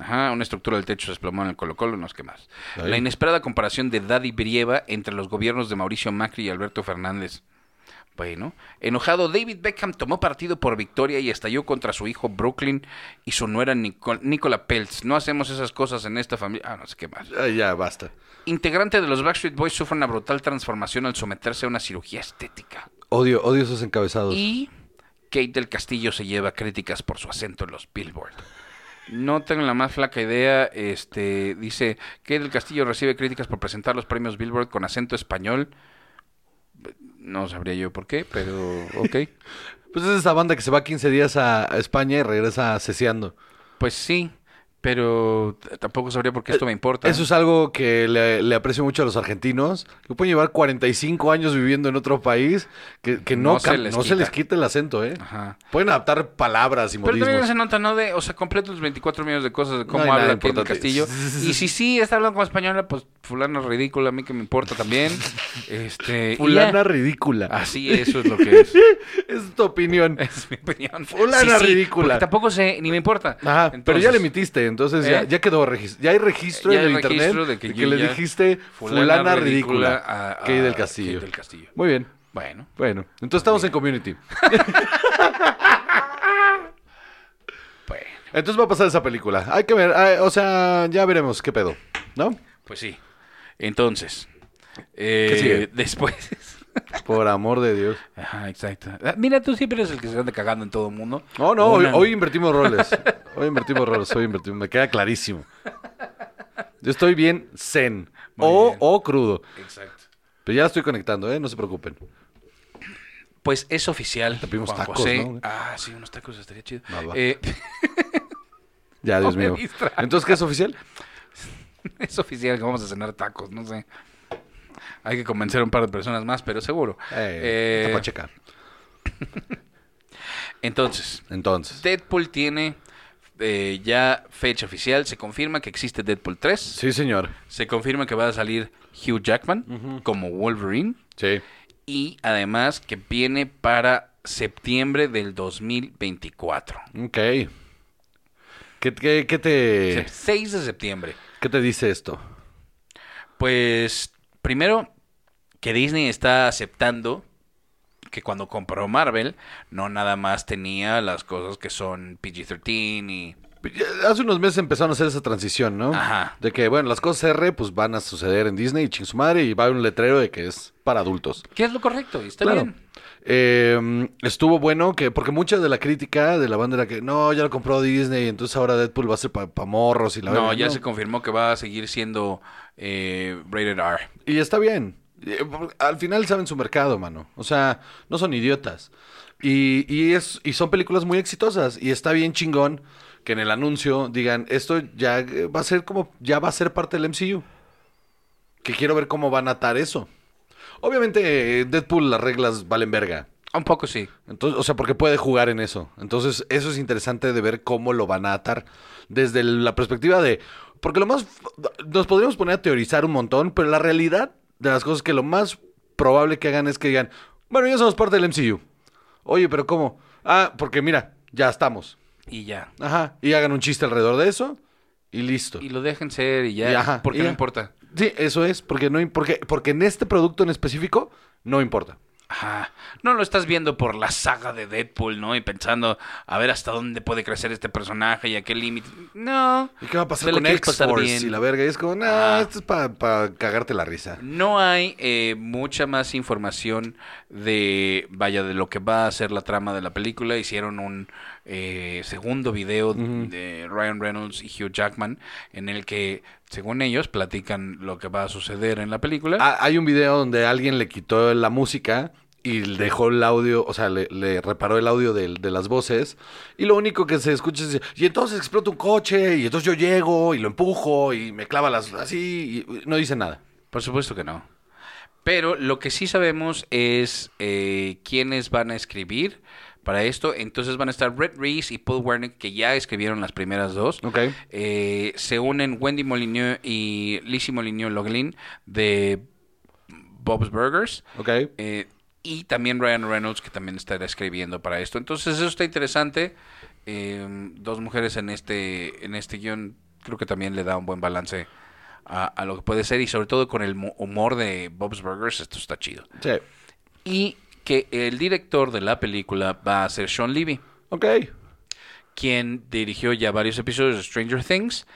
Speaker 5: Ajá, una estructura del techo se desplomó en el Colo Colo, no sé qué más.
Speaker 4: Ahí.
Speaker 5: La inesperada comparación de Daddy Brieva entre los gobiernos de Mauricio Macri y Alberto Fernández. Bueno, enojado, David Beckham tomó partido por Victoria y estalló contra su hijo Brooklyn y su nuera Nicol- Nicola Peltz. No hacemos esas cosas en esta familia. Ah, no sé qué más.
Speaker 4: Ah, ya, basta.
Speaker 5: Integrante de los Backstreet Boys sufre una brutal transformación al someterse a una cirugía estética.
Speaker 4: Odio, odio esos encabezados.
Speaker 5: Y Kate del Castillo se lleva críticas por su acento en los Billboard. No tengo la más flaca idea. Este dice Kate del Castillo recibe críticas por presentar los premios Billboard con acento español. No sabría yo por qué, pero ok.
Speaker 4: Pues es esa banda que se va 15 días a, a España y regresa ceseando.
Speaker 5: Pues sí, pero t- tampoco sabría por qué esto me importa.
Speaker 4: Eso es algo que le, le aprecio mucho a los argentinos, que pueden llevar 45 años viviendo en otro país, que, que no,
Speaker 5: No se
Speaker 4: cam-
Speaker 5: les
Speaker 4: no se
Speaker 5: quita.
Speaker 4: les quita el acento, ¿eh?
Speaker 5: Ajá.
Speaker 4: Pueden adaptar palabras y
Speaker 5: Pero también
Speaker 4: modismos.
Speaker 5: se nota, ¿no? De, o sea, completo los 24 millones de cosas de cómo
Speaker 4: hay nada
Speaker 5: habla Kate del
Speaker 4: importante.
Speaker 5: Castillo. y si sí está hablando como española, pues fulano es ridículo, a mí que me importa también. Este, y
Speaker 4: Fulana
Speaker 5: ya.
Speaker 4: ridícula.
Speaker 5: Así, eso es lo que es.
Speaker 4: Ah, Es tu opinión.
Speaker 5: Es mi opinión.
Speaker 4: Fulana ridícula.
Speaker 5: porque tampoco sé, ni me importa.
Speaker 4: Ajá, pero ya le
Speaker 5: Entonces,
Speaker 4: emitiste, entonces ya,
Speaker 5: ¿Eh?
Speaker 4: ya quedó registro. Ya hay registro
Speaker 5: Ya
Speaker 4: en
Speaker 5: hay
Speaker 4: el
Speaker 5: registro
Speaker 4: internet
Speaker 5: de que
Speaker 4: de que,
Speaker 5: yo
Speaker 4: le
Speaker 5: ya-
Speaker 4: dijiste fulana, ridícula.
Speaker 5: a- a
Speaker 4: Kate del Castillo.
Speaker 5: Kate del Castillo.
Speaker 4: Muy bien.
Speaker 5: Bueno.
Speaker 4: Bueno, entonces estamos en community.
Speaker 5: Bueno,
Speaker 4: Entonces va a pasar esa película. Hay que ver, ah, o sea, ya veremos qué pedo, ¿no?
Speaker 5: pues sí. Entonces, eh,
Speaker 4: ¿Qué sigue?
Speaker 5: después...
Speaker 4: Por amor de Dios.
Speaker 5: Ajá, exacto. Ah, Mira, tú siempre eres el que se anda cagando en todo el mundo.
Speaker 4: No, no, hoy,
Speaker 5: Una-
Speaker 4: hoy invertimos roles. Hoy invertimos roles, hoy invertimos. Me queda clarísimo. Yo estoy bien zen
Speaker 5: Muy
Speaker 4: o,
Speaker 5: bien.
Speaker 4: o crudo.
Speaker 5: Exacto.
Speaker 4: Pero ya la estoy conectando, ¿eh? No se preocupen.
Speaker 5: Pues es oficial.
Speaker 4: Te pedimos tacos, ¿no?
Speaker 5: Ah, sí, unos tacos estaría chido.
Speaker 4: Va, va.
Speaker 5: Eh,
Speaker 4: Ya, Dios
Speaker 5: No me
Speaker 4: mío.
Speaker 5: distraigas.
Speaker 4: Entonces, ¿qué es oficial?
Speaker 5: es oficial que vamos a cenar tacos, no sé. Hay que convencer a un par de personas más, pero seguro.
Speaker 4: Eh,
Speaker 5: Eh,
Speaker 4: está Pacheca.
Speaker 5: entonces,
Speaker 4: Entonces.
Speaker 5: Deadpool tiene eh, ya fecha oficial, se confirma que existe Deadpool 3.
Speaker 4: Sí, señor.
Speaker 5: Se confirma que va a salir Hugh Jackman como Wolverine.
Speaker 4: Sí.
Speaker 5: Y además que viene para septiembre del 2024.
Speaker 4: Ok. ¿Qué, qué- qué te,
Speaker 5: Se- 6 de septiembre.
Speaker 4: ¿Qué te dice esto?
Speaker 5: Pues primero que Disney está aceptando que cuando compró Marvel no nada más tenía las cosas que son PG-13 y
Speaker 4: Pues Hace unos meses empezaron a hacer esa transición, ¿no?
Speaker 5: Ajá.
Speaker 4: De que, bueno, las cosas R pues van a suceder en Disney, ching su madre, y va a haber un letrero de que es para adultos.
Speaker 5: ¿Qué es lo correcto? y Está bien.
Speaker 4: Eh, estuvo bueno que, porque mucha de la crítica de la banda era que no, ya lo compró Disney, entonces ahora Deadpool va a ser para morros y la
Speaker 5: no,
Speaker 4: verga",
Speaker 5: ya se confirmó que va a seguir siendo eh, rated R.
Speaker 4: Y está bien. Eh, por- Al final saben su mercado, mano. O sea, no son idiotas. Y, y es, y son películas muy exitosas. Y está bien chingón que en el anuncio digan, esto ya eh, va a ser como, ya va a ser parte del MCU. Que quiero ver cómo van a atar eso. Obviamente, eh, Deadpool, las reglas valen verga.
Speaker 5: Un poco sí.
Speaker 4: Entonces, o sea, porque puede jugar en eso. Entonces, eso es interesante de ver cómo lo van a atar desde el- la perspectiva de... Porque lo más... Nos podríamos poner a teorizar un montón, pero la realidad de las cosas es que lo más probable que hagan es que digan, bueno, ya somos parte del MCU. Oye, pero ¿cómo? Ah, porque mira, ya estamos.
Speaker 5: Y ya.
Speaker 4: Ajá. Y hagan un chiste alrededor de eso y listo.
Speaker 5: Y lo dejen ser y ya.
Speaker 4: Y ajá,
Speaker 5: porque
Speaker 4: y
Speaker 5: no
Speaker 4: ya.
Speaker 5: importa.
Speaker 4: Sí, eso es, porque, no, im- porque, porque en este producto en específico no importa.
Speaker 5: Ajá. No lo estás viendo por la saga de Deadpool, ¿no? Y pensando a ver hasta dónde puede crecer este personaje y a qué límite. No.
Speaker 4: ¿Y qué va a pasar
Speaker 5: Te la
Speaker 4: con
Speaker 5: quieres pasar
Speaker 4: X-Force
Speaker 5: bien.
Speaker 4: y la verga? Y es como, nah,
Speaker 5: Ah.
Speaker 4: esto es para cagarte la risa.
Speaker 5: No hay eh, mucha más información de, vaya, de lo que va a ser la trama de la película. Hicieron un eh, segundo video de Ryan Reynolds y Hugh Jackman en el que, según ellos, platican lo que va a suceder en la película.
Speaker 4: Ah, hay un video donde alguien le quitó la música y dejó el audio, o sea, le, le reparó el audio del- de, las voces. Y lo único que se escucha es, y entonces explota un coche, y entonces yo llego, y lo empujo, y me clava las, así, y no dice nada.
Speaker 5: Por supuesto que no. Pero lo que sí sabemos es eh, quiénes van a escribir para esto. Entonces van a estar Brett Reese y Paul Wernick, que ya escribieron las primeras dos.
Speaker 4: Ok.
Speaker 5: Eh, se unen Wendy Molyneux y Lizzie Molyneux Loglin de Bob's Burgers.
Speaker 4: Ok.
Speaker 5: Eh, y también Ryan Reynolds, que también estará escribiendo para esto. Entonces, eso está interesante. Eh, dos mujeres en este, en este guión creo que también le da un buen balance a, a lo que puede ser. Y sobre todo con el mu- humor de Bob's Burgers, esto está chido.
Speaker 4: Sí.
Speaker 5: Y que el director de la película va a ser Sean Levy,
Speaker 4: Ok.
Speaker 5: quien dirigió ya varios episodios de Stranger Things,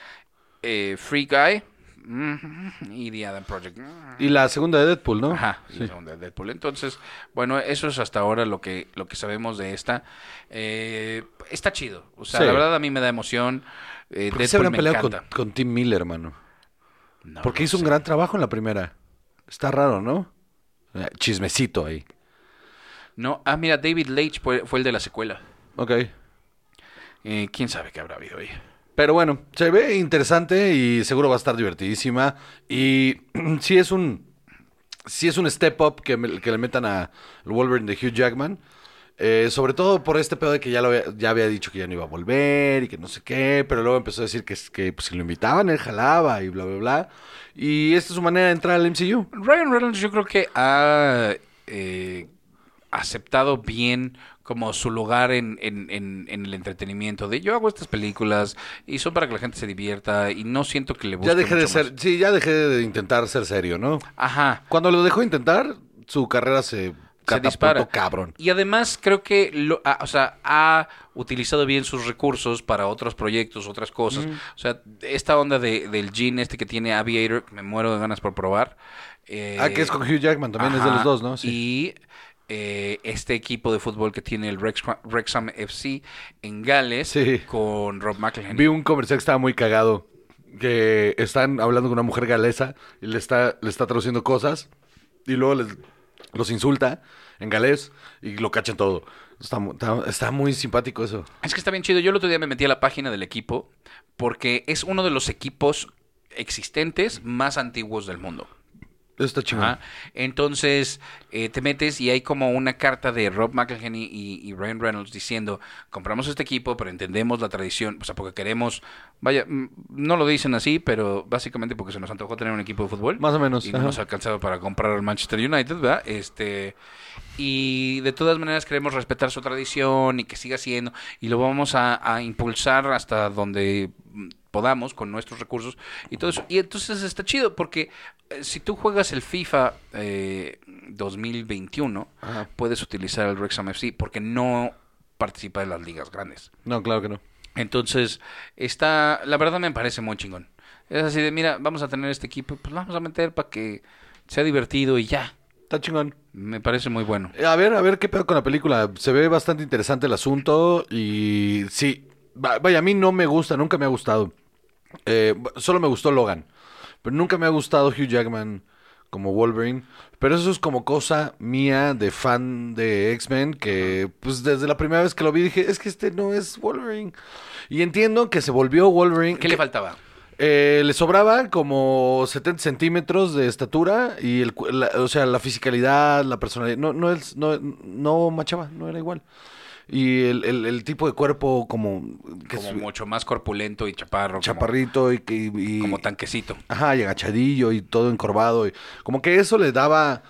Speaker 5: eh, Free Guy mm, y The Adam Project. Mm.
Speaker 4: Y la segunda de Deadpool, ¿no?
Speaker 5: Ajá, y
Speaker 4: Sí.
Speaker 5: la segunda de Deadpool. Entonces, bueno, eso es hasta ahora lo que, lo que sabemos de esta. Eh, está chido. O sea,
Speaker 4: Sí.
Speaker 5: la verdad a mí me da emoción. Eh,
Speaker 4: ¿Por qué
Speaker 5: Deadpool
Speaker 4: se habrán
Speaker 5: me
Speaker 4: peleado con,
Speaker 5: encanta.
Speaker 4: con Tim Miller, hermano?
Speaker 5: No
Speaker 4: Porque
Speaker 5: lo
Speaker 4: hizo un
Speaker 5: sé.
Speaker 4: gran trabajo en la primera. Está raro, ¿no? Eh, Chismecito ahí.
Speaker 5: No, ah, mira, David Leitch fue, fue el de la secuela.
Speaker 4: Ok.
Speaker 5: Eh, ¿Quién sabe qué habrá habido ahí?
Speaker 4: Pero bueno, se ve interesante y seguro va a estar divertidísima. Y sí es un. Sí es un step up que, me- que le metan a Wolverine de Hugh Jackman. Eh, sobre todo por este pedo de que ya, lo había, ya había dicho que ya no iba a volver y que no sé qué, pero luego empezó a decir que, es- que pues, si lo invitaban, él jalaba y bla, bla, bla. Y esta es su manera de entrar al MCU.
Speaker 5: Ryan Reynolds yo creo que ha eh, aceptado bien como su lugar en, en- en- en el entretenimiento. De yo hago estas películas y son para que la gente se divierta y no siento que le busque
Speaker 4: Ya dejé de
Speaker 5: mucho
Speaker 4: ser.
Speaker 5: más.
Speaker 4: Sí, ya dejé de intentar ser serio, ¿no?
Speaker 5: Ajá.
Speaker 4: Cuando lo dejó intentar, su carrera se.
Speaker 5: se
Speaker 4: catapultó
Speaker 5: dispara.
Speaker 4: cabrón.
Speaker 5: Y además creo que lo, ah, o sea, ha utilizado bien sus recursos para otros proyectos, otras cosas. O sea, esta onda de- del jean este que tiene Aviator, que me muero de ganas por probar. eh,
Speaker 4: ah, que es con Hugh Jackman, también es de
Speaker 5: ajá,
Speaker 4: los dos, ¿no? Sí.
Speaker 5: Y eh, este equipo de fútbol que tiene el Rex- Wrexham FC en Gales
Speaker 4: Sí.
Speaker 5: con Rob McElhenney.
Speaker 4: Vi un comercial que estaba muy cagado. Que están hablando con una mujer galesa y le está, le está traduciendo cosas. Y luego les- los insulta en galés y lo cachan todo. Está, mu- está- está muy simpático eso.
Speaker 5: Es que está bien chido. Yo el otro día me metí a la página del equipo porque es uno de los equipos existentes más antiguos del mundo.
Speaker 4: Está chingón.
Speaker 5: Ajá. Entonces eh, te metes y hay como una carta de Rob McElhenney y, y Ryan Reynolds diciendo, compramos este equipo, pero entendemos la tradición, o sea, porque queremos, vaya, mm, no lo dicen así, pero básicamente porque se nos antojó tener un equipo de fútbol.
Speaker 4: Más o menos,
Speaker 5: Y no
Speaker 4: ajá.
Speaker 5: nos ha alcanzado para comprar al Manchester United, ¿verdad? Este, y de todas maneras queremos respetar su tradición y que siga siendo, y lo vamos a, a impulsar hasta donde mm, podamos con nuestros recursos y todo eso. Y entonces está chido porque eh, si tú juegas el FIFA eh, 2021,
Speaker 4: Ajá.
Speaker 5: puedes utilizar el Wrexham FC porque no participa de las ligas grandes.
Speaker 4: No, claro que no.
Speaker 5: Entonces, está, la verdad me parece muy chingón. Es así de, mira, vamos a tener este equipo, pues lo vamos a meter para que sea divertido y ya.
Speaker 4: Está chingón.
Speaker 5: Me parece muy bueno.
Speaker 4: Eh, A ver, a ver qué pedo con la película. Se ve bastante interesante el asunto y sí. Va- Vaya, a mí no me gusta, nunca me ha gustado. Eh, b- solo me gustó Logan. Pero nunca me ha gustado Hugh Jackman como Wolverine. Pero eso es como cosa mía de fan de X-Men que pues desde la primera vez que lo vi dije, es que este no es Wolverine. Y entiendo que se volvió Wolverine.
Speaker 5: ¿Qué le
Speaker 4: que-
Speaker 5: faltaba?
Speaker 4: eh, le sobraba como 70 centímetros de estatura y el, cu- la- o sea, la fisicalidad, la personalidad, no, no, es- no, no machaba, no era igual. Y el, el- el tipo de cuerpo como, que
Speaker 5: Como
Speaker 4: es
Speaker 5: mucho más corpulento y chaparro. como-
Speaker 4: chaparrito y que... y-
Speaker 5: Como, tanquecito.
Speaker 4: Ajá, y agachadillo y todo encorvado. Y, como que eso le daba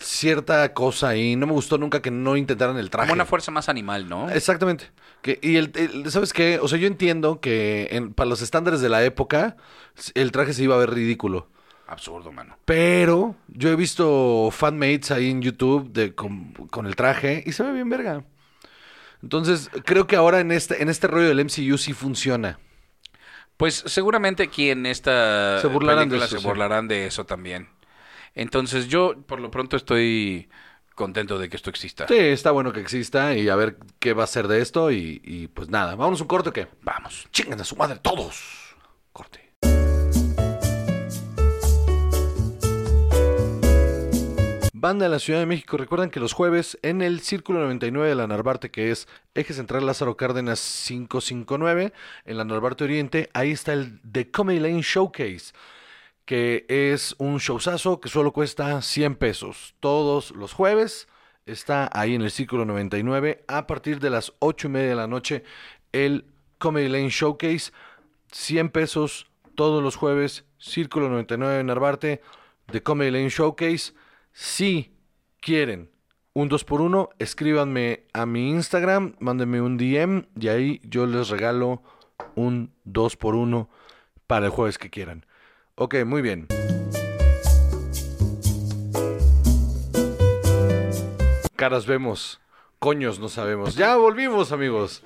Speaker 4: cierta cosa y no me gustó nunca que no intentaran el traje.
Speaker 5: Como una fuerza más animal, ¿no?
Speaker 4: Exactamente. Que, y el, el- ¿sabes qué? O sea, yo entiendo que en- para los estándares de la época el traje se iba a ver ridículo.
Speaker 5: Absurdo, mano.
Speaker 4: Pero yo he visto fanmates ahí en YouTube de, con, con el traje y se ve bien verga. Entonces, creo que ahora en este, en este rollo del MCU sí funciona.
Speaker 5: Pues seguramente aquí en esta
Speaker 4: Se burlarán de
Speaker 5: película
Speaker 4: eso,
Speaker 5: se
Speaker 4: sí.
Speaker 5: burlarán de eso también. Entonces yo por lo pronto estoy contento de que esto exista.
Speaker 4: Sí, está bueno que exista y a ver qué va a ser de esto y, y pues nada. Vámonos un corte que
Speaker 5: Vamos.
Speaker 4: chingan a su madre todos. Corte. Banda de la Ciudad de México, recuerdan que los jueves en el Círculo 99 de la Narvarte, que es Eje Central Lázaro Cárdenas 559, en la Narvarte Oriente, ahí está el The Comedy Lane Showcase, que es un showzazo que solo cuesta 100 pesos. Todos los jueves está ahí en el Círculo 99 a partir de las 8 y media de la noche el Comedy Lane Showcase. 100 pesos todos los jueves, Círculo 99 en Narvarte, de Comedy Lane Showcase. Si quieren un 2x1, escríbanme a mi Instagram, mándenme un DM y ahí yo les regalo un 2x1 para el jueves que quieran. Ok, muy bien. Caras vemos, coños no sabemos. Ya volvimos, amigos.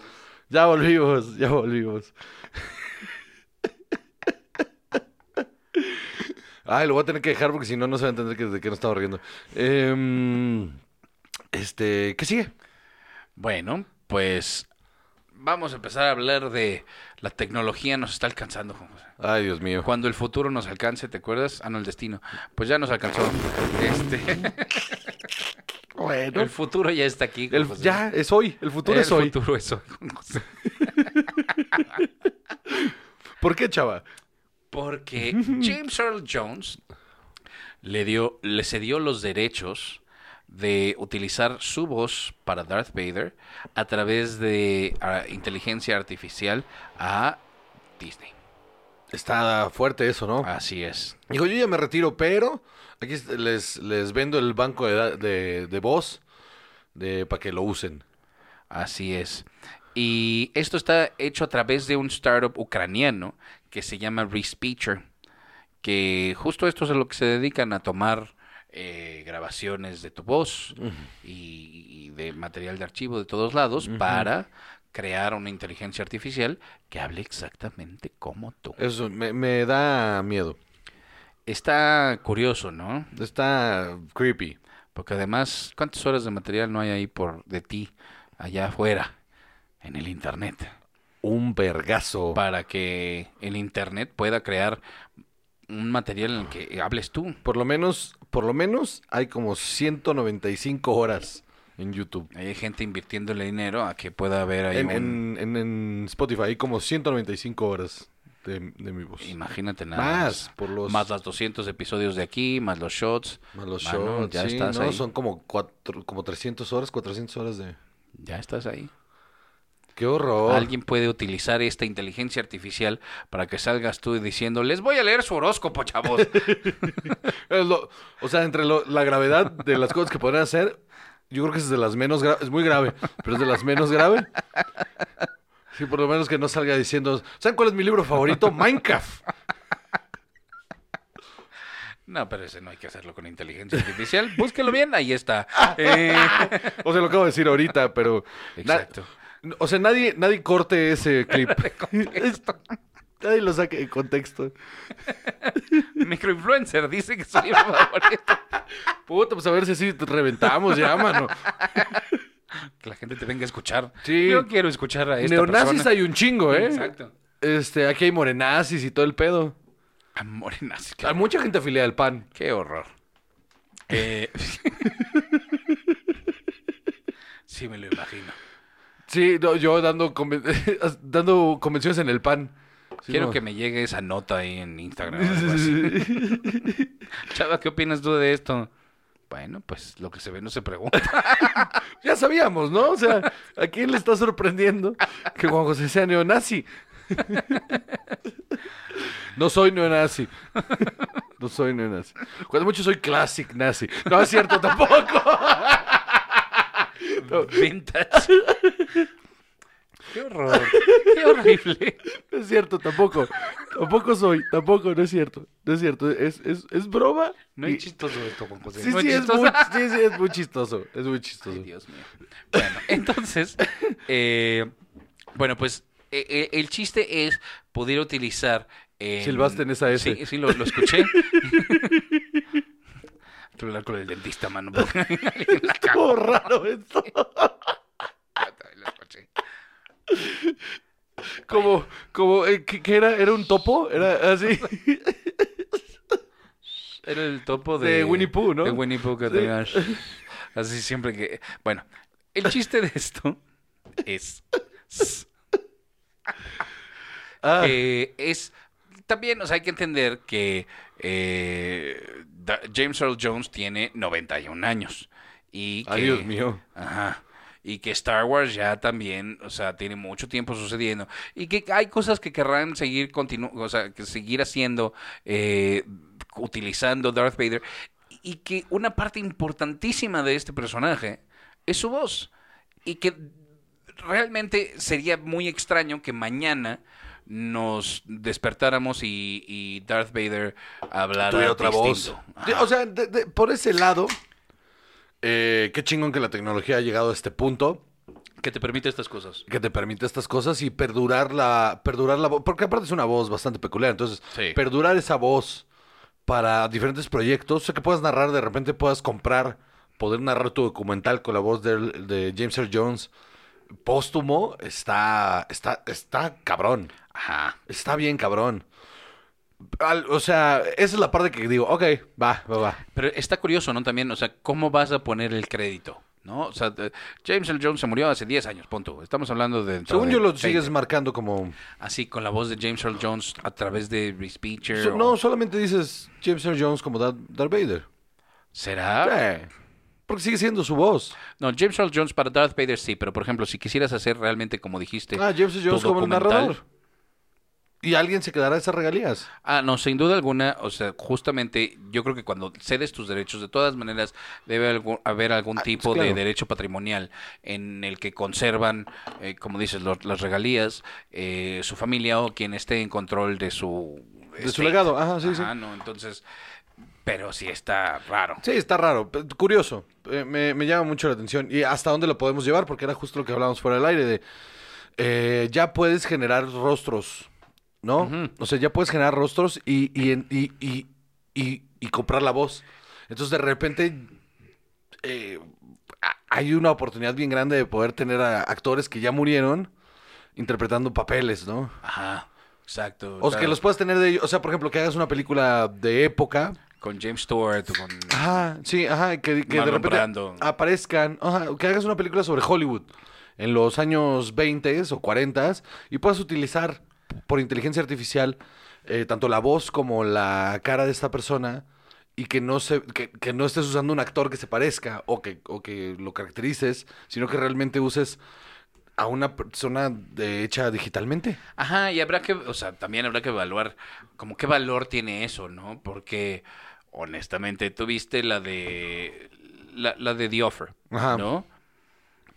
Speaker 4: Ya volvimos, ya volvimos. Ay, lo voy a tener que dejar porque si no, no se va a entender que, de qué nos estamos riendo. Em, este, ¿qué sigue?
Speaker 5: Bueno, pues vamos a empezar a hablar de la tecnología nos está alcanzando, Juan José.
Speaker 4: Ay, Dios mío.
Speaker 5: Cuando el futuro nos alcance, ¿te acuerdas? Ah, no, el destino. Pues ya nos alcanzó. Este,
Speaker 4: Bueno,
Speaker 5: el futuro ya está aquí. Juan
Speaker 4: el-
Speaker 5: José.
Speaker 4: ya, es hoy. El futuro
Speaker 5: el
Speaker 4: es hoy.
Speaker 5: futuro es hoy, Juan José.
Speaker 4: ¿Por qué, chava?
Speaker 5: Porque James Earl Jones le dio, le cedió los derechos de utilizar su voz para Darth Vader a través de ah, inteligencia artificial a Disney.
Speaker 4: Está fuerte eso, ¿no?
Speaker 5: Así es.
Speaker 4: Dijo, yo ya me retiro, pero aquí est- les, les vendo el banco de, da- de, de voz de, para que lo usen.
Speaker 5: Así es. Y esto está hecho a través de un startup ucraniano que se llama Respeecher, que justo esto es a lo que se dedican a tomar eh, grabaciones de tu voz y, y de material de archivo de todos lados para crear una inteligencia artificial que hable exactamente como tú.
Speaker 4: Eso me, me da miedo.
Speaker 5: Está curioso, ¿no?
Speaker 4: Está creepy.
Speaker 5: Porque además, ¿cuántas horas de material no hay ahí por de ti allá afuera en el internet?
Speaker 4: Un vergazo.
Speaker 5: para que el internet pueda crear un material en el que hables tú.
Speaker 4: Por lo menos, por lo menos hay como 195 horas en YouTube.
Speaker 5: Hay gente invirtiéndole dinero a que pueda haber ahí
Speaker 4: En,
Speaker 5: un-
Speaker 4: en- en- en Spotify hay como 195 horas de, de mi voz.
Speaker 5: Imagínate nada
Speaker 4: Más, pues. por los-
Speaker 5: Más los 200 episodios de aquí, más los shots.
Speaker 4: Más los
Speaker 5: Mano,
Speaker 4: shows,
Speaker 5: ya
Speaker 4: sí,
Speaker 5: estás
Speaker 4: ¿no?
Speaker 5: ahí.
Speaker 4: Son como, cuatro, como 300 horas, 400 horas de...
Speaker 5: Ya estás ahí.
Speaker 4: ¡Qué horror!
Speaker 5: Alguien puede utilizar esta inteligencia artificial para que salgas tú diciendo, les voy a leer su horóscopo, chavos.
Speaker 4: Es lo- o sea, entre lo- la gravedad de las cosas que podrían hacer, yo creo que es de las menos graves. Es muy grave, pero es de las menos grave. Sí, por lo menos que no salga diciendo, ¿saben cuál es mi libro favorito? Minecraft.
Speaker 5: no, pero ese no hay que hacerlo con inteligencia artificial. Búsquelo bien, ahí está. Eh,
Speaker 4: O sea, lo acabo de decir ahorita, pero... na-
Speaker 5: Exacto.
Speaker 4: o sea, nadie, nadie corte ese clip. nadie lo saque de contexto.
Speaker 5: Microinfluencer dice que soy el favorito.
Speaker 4: Puta, pues a ver si así te reventamos ya, mano.
Speaker 5: Que la gente te venga a escuchar.
Speaker 4: Sí.
Speaker 5: Yo quiero escuchar a esta
Speaker 4: Neonazis
Speaker 5: persona.
Speaker 4: hay un chingo, ¿eh?
Speaker 5: Exacto.
Speaker 4: Este, aquí hay morenazis y todo el pedo.
Speaker 5: Amor en nazis,
Speaker 4: Hay
Speaker 5: claro.
Speaker 4: mucha gente afiliada al pan.
Speaker 5: Qué horror. Eh, sí, me lo imagino.
Speaker 4: Sí, no, yo dando, conven- dando convenciones en el pan. Sí,
Speaker 5: Quiero
Speaker 4: no.
Speaker 5: que me llegue esa nota ahí en Instagram. o algo así. Chava, ¿qué opinas tú de esto? Bueno, pues lo que se ve no se pregunta.
Speaker 4: Ya sabíamos, ¿no? O sea, ¿a quién le está sorprendiendo que Juan José sea neonazi? No soy neonazi. No soy neonazi. Cuando mucho soy classic nazi. No es cierto tampoco.
Speaker 5: Vintage. Qué horror. Qué horrible.
Speaker 4: No es cierto tampoco. Tampoco soy. Tampoco, no es cierto. No es cierto. Es, es, es broma.
Speaker 5: No es
Speaker 4: Y-
Speaker 5: chistoso esto, Juan José.
Speaker 4: Sí,
Speaker 5: no
Speaker 4: sí, es
Speaker 5: chistoso.
Speaker 4: muy, sí, sí, es muy chistoso. Es muy chistoso.
Speaker 5: Ay, Dios mío. Bueno, entonces, eh, bueno, pues eh, eh, el chiste es poder utilizar. eh,
Speaker 4: Silbaste en esa S.
Speaker 5: Sí, sí, lo, lo escuché. Hay que hablar con el dentista, mano. porque alguien la cagó,
Speaker 4: Estuvo raro esto.
Speaker 5: también lo escuché.
Speaker 4: Como, como, eh, ¿qué, qué era? ¿Era un topo? Era así.
Speaker 5: Era el topo de,
Speaker 4: De Winnie Pooh, ¿no?
Speaker 5: De Winnie Pooh que tenía- Así siempre que. Bueno, el chiste de esto es.
Speaker 4: Ah,
Speaker 5: Eh, es también, o sea, hay que entender que eh, da- James Earl Jones tiene 91 años. Y que,
Speaker 4: ay, Dios mío.
Speaker 5: Ajá. Y que Star Wars ya también, o sea, tiene mucho tiempo sucediendo. Y que hay cosas que querrán seguir continu o sea, que seguir haciendo, eh, utilizando Darth Vader. Y que una parte importantísima de este personaje es su voz. Y que realmente sería muy extraño que mañana nos despertáramos y, y Darth Vader hablara distinto.
Speaker 4: Sí,
Speaker 5: Ajá.
Speaker 4: O sea, de- de- por ese lado, eh, qué chingón que la tecnología ha llegado a este punto
Speaker 5: que te permite estas cosas.
Speaker 4: que te permite estas cosas y perdurar la, perdurar la voz, porque aparte es una voz bastante peculiar, entonces
Speaker 5: Sí.
Speaker 4: perdurar esa voz para diferentes proyectos, o sea, que puedas narrar, de repente puedas comprar, poder narrar tu documental con la voz del- de, James Earl Jones póstumo, está, está, está cabrón.
Speaker 5: Ajá.
Speaker 4: Está bien, cabrón. Al- o sea, esa es la parte que digo, ok, va, va, va.
Speaker 5: Pero está curioso, ¿no? También, o sea, ¿cómo vas a poner el crédito? ¿No? O sea, te- James Earl Jones se murió hace 10 años, punto. Estamos hablando de... dentro
Speaker 4: Según
Speaker 5: de
Speaker 4: yo lo
Speaker 5: 20.
Speaker 4: sigues marcando como...
Speaker 5: Así, con la voz de James Earl Jones a través de Speecher.
Speaker 4: So- no, solamente dices James Earl Jones como Dar- Darth Vader.
Speaker 5: ¿Será?
Speaker 4: Sí. Porque sigue siendo su voz.
Speaker 5: No, James Earl Jones para Darth Vader sí, pero por ejemplo, si quisieras hacer realmente como dijiste...
Speaker 4: Ah, James Earl
Speaker 5: tu
Speaker 4: Jones como el
Speaker 5: documental-
Speaker 4: narrador. Y alguien se quedará esas regalías.
Speaker 5: Ah, no, sin duda alguna, o sea, justamente yo creo que cuando cedes tus derechos, de todas maneras debe algu- haber algún
Speaker 4: Ah,
Speaker 5: tipo
Speaker 4: pues,
Speaker 5: de
Speaker 4: claro.
Speaker 5: derecho patrimonial en el que conservan, eh, como dices, lo- las regalías, eh, su familia o quien esté en control de su...
Speaker 4: De su legado, ajá, sí, sí.
Speaker 5: Ah, no, entonces, pero sí está raro.
Speaker 4: Sí, está raro, pe- curioso. Eh, me, me llama mucho la atención. ¿Y hasta dónde lo podemos llevar? Porque era justo lo que hablábamos fuera del aire de... eh, ya puedes generar rostros, ¿no? O sea, ya puedes generar rostros y, y, en- y- y- y- y comprar la voz. Entonces, de repente, eh, a- hay una oportunidad bien grande de poder tener a actores que ya murieron interpretando papeles, ¿no?
Speaker 5: Ajá, exacto.
Speaker 4: O sea, que
Speaker 5: claro.
Speaker 4: los puedas tener de ellos. O sea, por ejemplo, que hagas una película de época,
Speaker 5: Con James Stewart, o con...
Speaker 4: Ajá, sí, ajá, que, que de
Speaker 5: Marlon
Speaker 4: repente
Speaker 5: Brando.
Speaker 4: aparezcan, ajá, que hagas una película sobre Hollywood en los años 20 o 40 y puedas utilizar por inteligencia artificial eh, tanto la voz como la cara de esta persona y que no se que, que no estés usando un actor que se parezca o que o que lo caracterices, sino que realmente uses a una persona de- hecha digitalmente.
Speaker 5: Ajá, y habrá que, o sea, también habrá que evaluar como qué valor tiene eso, ¿no? Porque honestamente tuviste la de la, la de The Offer,
Speaker 4: Ajá.
Speaker 5: ¿no?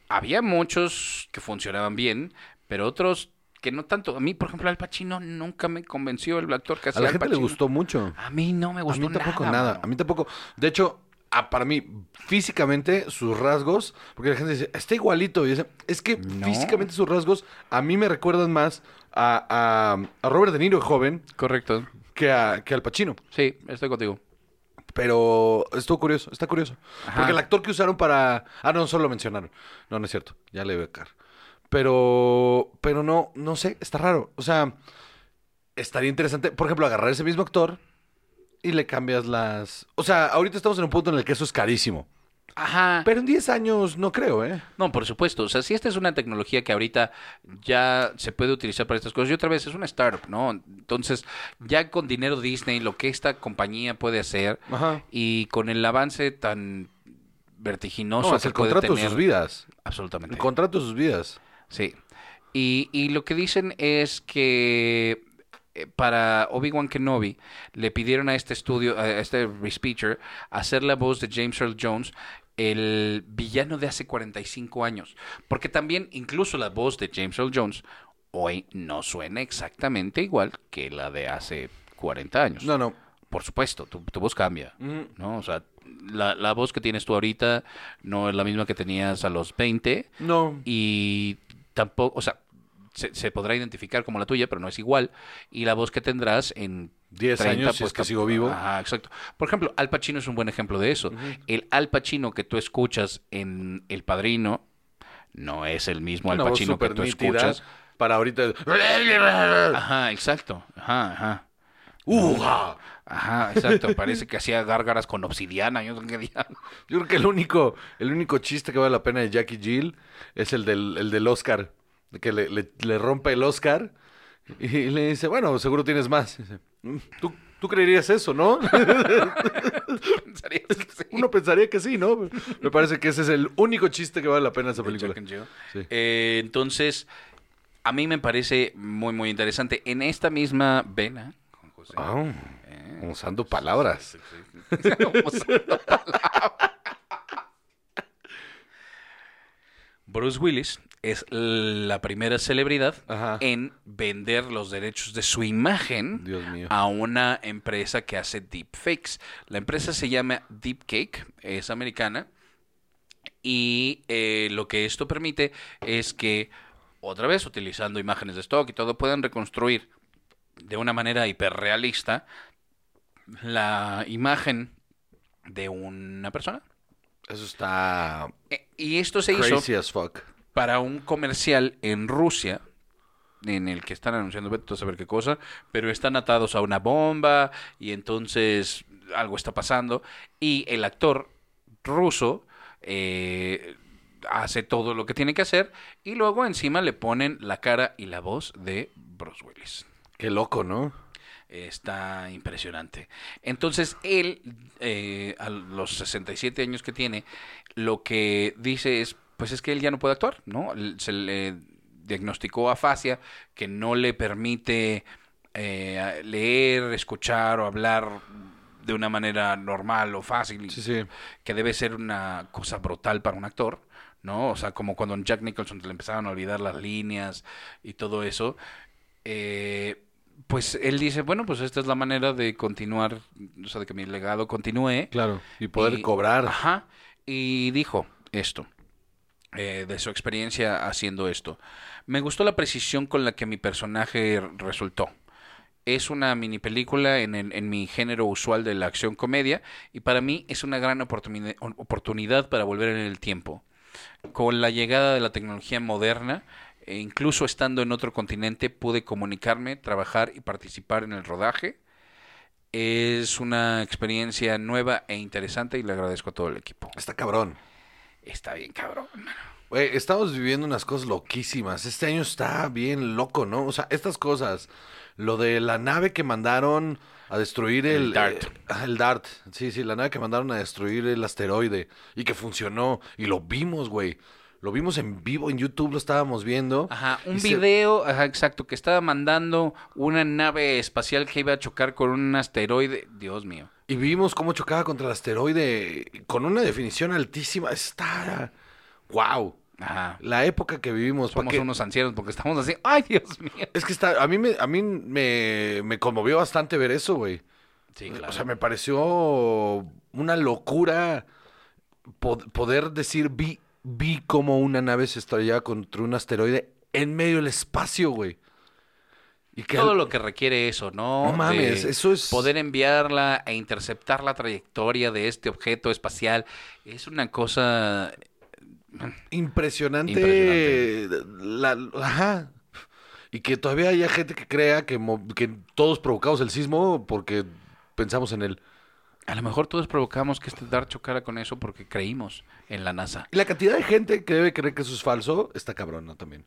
Speaker 5: Había muchos que funcionaban bien, pero otros que no tanto. A mí, por ejemplo, Al Pacino nunca me convenció el actor
Speaker 4: A
Speaker 5: que hacía
Speaker 4: la
Speaker 5: Al
Speaker 4: gente le
Speaker 5: Pacino.
Speaker 4: gustó mucho.
Speaker 5: A mí no me
Speaker 4: A
Speaker 5: gustó
Speaker 4: mí tampoco nada.
Speaker 5: mano.
Speaker 4: A mí tampoco. De hecho, a- para mí, físicamente, sus rasgos, porque la gente dice, está igualito. Y dice, es que
Speaker 5: No.
Speaker 4: físicamente sus rasgos a mí me recuerdan más a, a- a Robert De Niro joven
Speaker 5: Correcto.
Speaker 4: que, a- que al Pacino.
Speaker 5: Sí, estoy contigo.
Speaker 4: Pero estuvo curioso, está curioso.
Speaker 5: Ajá.
Speaker 4: Porque el actor que usaron para. Ah, no, solo lo mencionaron. No, no es cierto. Ya le voy a caer. Pero. Pero no, no sé, está raro. O sea, estaría interesante, por ejemplo, agarrar ese mismo actor y le cambias las. O sea, ahorita estamos en un punto en el que eso es carísimo.
Speaker 5: Ajá.
Speaker 4: Pero en 10 años no creo, ¿eh?
Speaker 5: No, por supuesto. O sea, si esta es una tecnología que ahorita ya se puede utilizar para estas cosas, y otra vez es una startup, ¿no? Entonces, ya con dinero Disney, lo que esta compañía puede hacer
Speaker 4: Ajá.
Speaker 5: y con el avance tan vertiginoso
Speaker 4: No, es
Speaker 5: que
Speaker 4: el
Speaker 5: puede
Speaker 4: contrato de
Speaker 5: tener- este
Speaker 4: sus vidas.
Speaker 5: Absolutamente.
Speaker 4: El contrato de sus vidas.
Speaker 5: Sí. Y, y lo que dicen es que eh, para Obi-Wan Kenobi le pidieron a este estudio, a este Respeecher, hacer la voz de James Earl Jones, el villano de hace 45 años. Porque también incluso la voz de James Earl Jones hoy no suena exactamente igual que la de hace 40 años.
Speaker 4: No, Mm, no.
Speaker 5: Por supuesto, tu, tu voz cambia, ¿no? O sea, la, la voz que tienes tú ahorita no es la misma que tenías a los 20
Speaker 4: No.
Speaker 5: y tampoco, o sea, se, se podrá identificar como la tuya, pero no es igual. Y la voz que tendrás en
Speaker 4: 10 años, si es que
Speaker 5: tam-
Speaker 4: sigo vivo.
Speaker 5: Ajá, exacto. Por ejemplo, Al Pacino es un buen ejemplo de eso. El Al Pacino que tú escuchas en El Padrino no es el mismo Al
Speaker 4: Una voz
Speaker 5: Pacino que
Speaker 4: súper
Speaker 5: tú
Speaker 4: nítida
Speaker 5: escuchas. Ah.
Speaker 4: Para ahorita.
Speaker 5: Ajá, exacto. Ajá, ajá.
Speaker 4: ¡Uja!
Speaker 5: Ajá, exacto. Parece que hacía gárgaras con obsidiana. Yo no sé qué diablo.
Speaker 4: Yo creo que el único, el único chiste que vale la pena de Jackie Jill es el del, el del Oscar. de Que le, le- le rompe el Oscar y le dice, bueno, seguro tienes más. Y dice, "Mm, ¿Tú, tú creerías eso, ¿no?
Speaker 5: Pensarías que sí.
Speaker 4: Uno pensaría que sí, ¿no? Me parece que ese es el único chiste que vale la pena esa
Speaker 5: de
Speaker 4: película.
Speaker 5: Jack and Jill.
Speaker 4: Sí.
Speaker 5: Eh, entonces, a mí me parece muy, muy interesante. En esta misma vena, Juan José,
Speaker 4: Ah,
Speaker 5: Eh.
Speaker 4: usando palabras.
Speaker 5: usando palabras. Bruce Willis es la primera celebridad
Speaker 4: Ajá.
Speaker 5: en vender los derechos de su imagen
Speaker 4: Dios mío.
Speaker 5: a una empresa que hace deepfakes. La empresa se llama Deepcake, es americana. Y eh, lo que esto permite es que, otra vez, utilizando imágenes de stock y todo, puedan reconstruir de una manera hiperrealista la imagen de una persona.
Speaker 4: Eso está
Speaker 5: Eh, Y esto se hizo
Speaker 4: crazy as fuck.
Speaker 5: para un comercial en Rusia en el que están anunciando, vete tú a saber qué cosa, pero están atados a una bomba y entonces algo está pasando y el actor ruso eh, hace todo lo que tiene que hacer y luego encima le ponen la cara y la voz de Bruce Willis.
Speaker 4: Qué loco, ¿no?
Speaker 5: Está impresionante. Entonces, él, eh, a los 67 años que tiene, lo que dice es, pues es que él ya no puede actuar, ¿no? L- Se le diagnosticó afasia que no le permite eh, leer, escuchar o hablar de una manera normal o fácil
Speaker 4: Sí, sí.
Speaker 5: que debe ser una cosa brutal para un actor, ¿no? O sea, como cuando en Jack Nicholson le empezaban a olvidar las líneas y todo eso. eh, pues él dice, bueno, pues esta es la manera de continuar, o sea, de que mi legado continúe.
Speaker 4: Claro. Y poder
Speaker 5: Y- Ah.
Speaker 4: cobrar.
Speaker 5: Ajá. Y dijo esto, eh, de su experiencia haciendo esto. Me gustó la precisión con la que mi personaje resultó. Es una mini película en, el- en mi género usual de la acción comedia y para mí es una gran oportuni- oportunidad para volver en el tiempo. Con la llegada de la tecnología moderna, e incluso estando en otro continente, pude comunicarme, trabajar y participar en el rodaje. Es una experiencia nueva e interesante y le agradezco a todo el equipo.
Speaker 4: Está cabrón.
Speaker 5: Está bien, cabrón. mano.
Speaker 4: Güey, Güey, estamos viviendo unas cosas loquísimas. Este año está bien loco, ¿no? O sea, estas cosas. Lo de la nave que mandaron a destruir el,
Speaker 5: El DART.
Speaker 4: eh, ah, el DART. Sí, sí, la nave que mandaron a destruir el asteroide. Y que funcionó. Y lo vimos, güey. Lo vimos en vivo en YouTube, lo estábamos viendo.
Speaker 5: Ajá, un
Speaker 4: Y se-
Speaker 5: video, ajá, exacto, que estaba mandando una nave espacial que iba a chocar con un asteroide. Dios mío.
Speaker 4: Y vimos cómo chocaba contra el asteroide con una definición altísima. Está. ¡Wow!
Speaker 5: Ajá.
Speaker 4: La época que vivimos. ¿pa'
Speaker 5: Ah. Somos
Speaker 4: qué?
Speaker 5: unos ancianos porque estamos así. ¡Ay, Dios mío!
Speaker 4: Es que está. A mí me, a mí me, me conmovió bastante ver eso, güey.
Speaker 5: Sí, claro.
Speaker 4: O sea, me pareció una locura po- poder decir, vi, vi cómo una nave se estrellaba contra un asteroide en medio del espacio, güey. Y que
Speaker 5: Todo lo que requiere eso, ¿no?
Speaker 4: No mames,
Speaker 5: De
Speaker 4: eso es-
Speaker 5: Poder enviarla e interceptar la trayectoria de este objeto espacial es una cosa...
Speaker 4: impresionante,
Speaker 5: Impresionante.
Speaker 4: la- ajá. Y que todavía haya gente que crea que, mo- que todos provocamos el sismo porque pensamos en él.
Speaker 5: A lo mejor todos provocamos que este DART chocara con eso porque creímos en la NASA.
Speaker 4: Y la cantidad de gente que debe creer que eso es falso está cabrona también.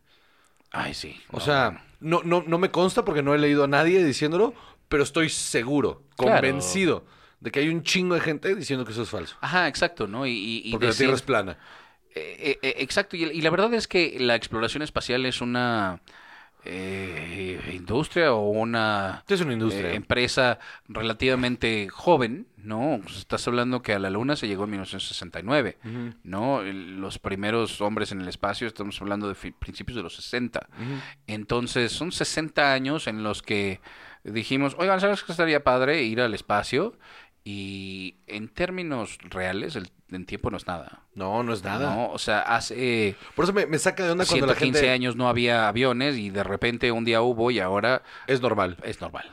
Speaker 5: Ay, sí.
Speaker 4: O
Speaker 5: No,
Speaker 4: sea, no, no, no me consta porque no he leído a nadie diciéndolo, pero estoy seguro,
Speaker 5: Claro.
Speaker 4: convencido de que hay un chingo de gente diciendo que eso es falso.
Speaker 5: Ajá, exacto, ¿no? Y, y- y
Speaker 4: Porque la
Speaker 5: decir-
Speaker 4: Tierra es plana.
Speaker 5: Eh, eh, eh, exacto, y, y la verdad es que la exploración espacial es una eh, industria o una
Speaker 4: Es una industria.
Speaker 5: eh, empresa relativamente joven, ¿no? Pues, Estás hablando que a la Luna se llegó en 1969, ¿no? El- Los primeros hombres en el espacio, estamos hablando de fi- principios de los 60. Entonces, son 60 años en los que dijimos, oigan, ¿sabes qué estaría padre ir al espacio? Y en términos reales, el, en tiempo no es nada.
Speaker 4: No, no es nada.
Speaker 5: No, o sea, hace
Speaker 4: Por eso me, me saca de onda cuando la
Speaker 5: 115
Speaker 4: gente...
Speaker 5: años no había aviones y de repente un día hubo y ahora
Speaker 4: Es normal.
Speaker 5: es normal.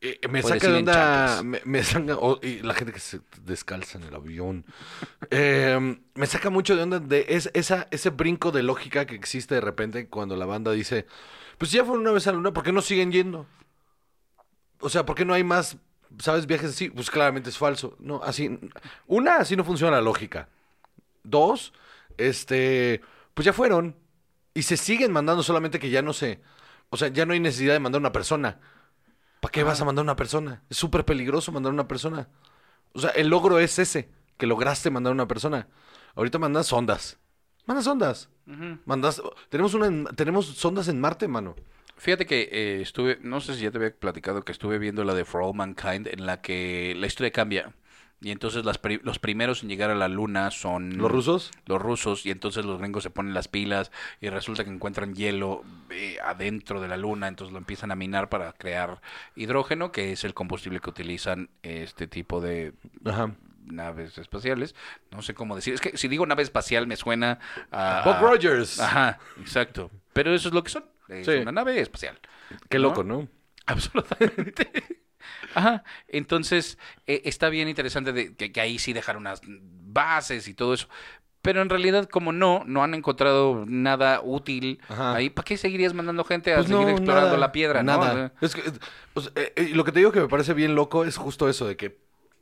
Speaker 4: Eh, me
Speaker 5: Puedes
Speaker 4: saca de
Speaker 5: ir en
Speaker 4: onda.
Speaker 5: chanclas.
Speaker 4: Me, me saca- o- y la gente que se descalza en el avión. Eh, me saca mucho de onda de es- esa, ese brinco de lógica que existe de repente cuando la banda dice: Pues si ya fueron una vez a la luna, ¿por qué no siguen yendo? O sea, ¿por qué no hay más, sabes, viajes así? Pues claramente es falso. No, así. Una, así no funciona la lógica. Dos, este, pues ya fueron. Y se siguen mandando solamente que ya no sé. O sea, ya no hay necesidad de mandar una persona. ¿Para qué vas a mandar una persona? Es súper peligroso mandar una persona. O sea, el logro es ese, que lograste mandar una persona. Ahorita mandas sondas. Mandas sondas. Mandas. Tenemos una en- tenemos sondas en Marte, mano.
Speaker 5: Fíjate que eh, estuve, no sé si ya te había platicado que estuve viendo la de For All Mankind en la que la historia cambia. Y entonces las pri- los primeros en llegar a la luna son...
Speaker 4: ¿Los rusos?
Speaker 5: Los rusos y entonces los gringos se ponen las pilas y resulta que encuentran hielo eh, adentro de la luna, entonces lo empiezan a minar para crear hidrógeno, que es el combustible que utilizan este tipo de
Speaker 4: Ajá.
Speaker 5: naves espaciales. No sé cómo decir. Es que si digo nave espacial me suena a...
Speaker 4: Buck
Speaker 5: a-
Speaker 4: Rogers.
Speaker 5: Ajá, exacto. Pero eso es lo que son. Es
Speaker 4: Sí.
Speaker 5: una nave espacial.
Speaker 4: Qué loco, ¿no?
Speaker 5: Absolutamente. Ajá. Entonces, eh, está bien interesante de, que, que ahí sí dejaron unas bases y todo eso. Pero en realidad, como no, no han encontrado nada útil
Speaker 4: Ajá.
Speaker 5: ahí, ¿para qué seguirías mandando gente a
Speaker 4: Pues
Speaker 5: seguir
Speaker 4: no,
Speaker 5: explorando
Speaker 4: nada,
Speaker 5: la piedra? no?
Speaker 4: Nada. Es que, eh, o sea, eh, eh, lo que te digo que me parece bien loco es justo eso, de que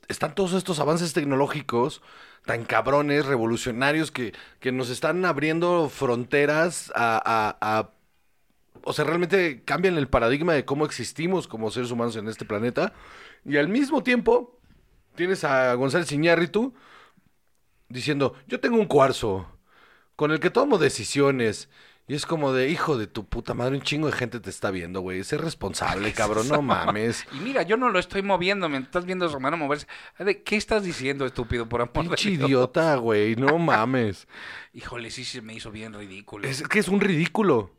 Speaker 4: están todos estos avances tecnológicos tan cabrones, revolucionarios, que, que nos están abriendo fronteras a, a- a- O sea, realmente cambian el paradigma de cómo existimos como seres humanos en este planeta. Y al mismo tiempo, tienes a González Iñárritu diciendo, yo tengo un cuarzo con el que tomo decisiones. Y es como de, hijo de tu puta madre, un chingo de gente te está viendo, güey. Sé responsable, cabrón, no mames.
Speaker 5: Y mira, yo no lo estoy moviendo, me estás viendo a su mano moverse. ¿De ¿Qué estás diciendo, estúpido, por amor de
Speaker 4: Pinche
Speaker 5: Dios?
Speaker 4: idiota, güey, no mames.
Speaker 5: Híjole, sí se me hizo bien ridículo.
Speaker 4: Es que es un ridículo.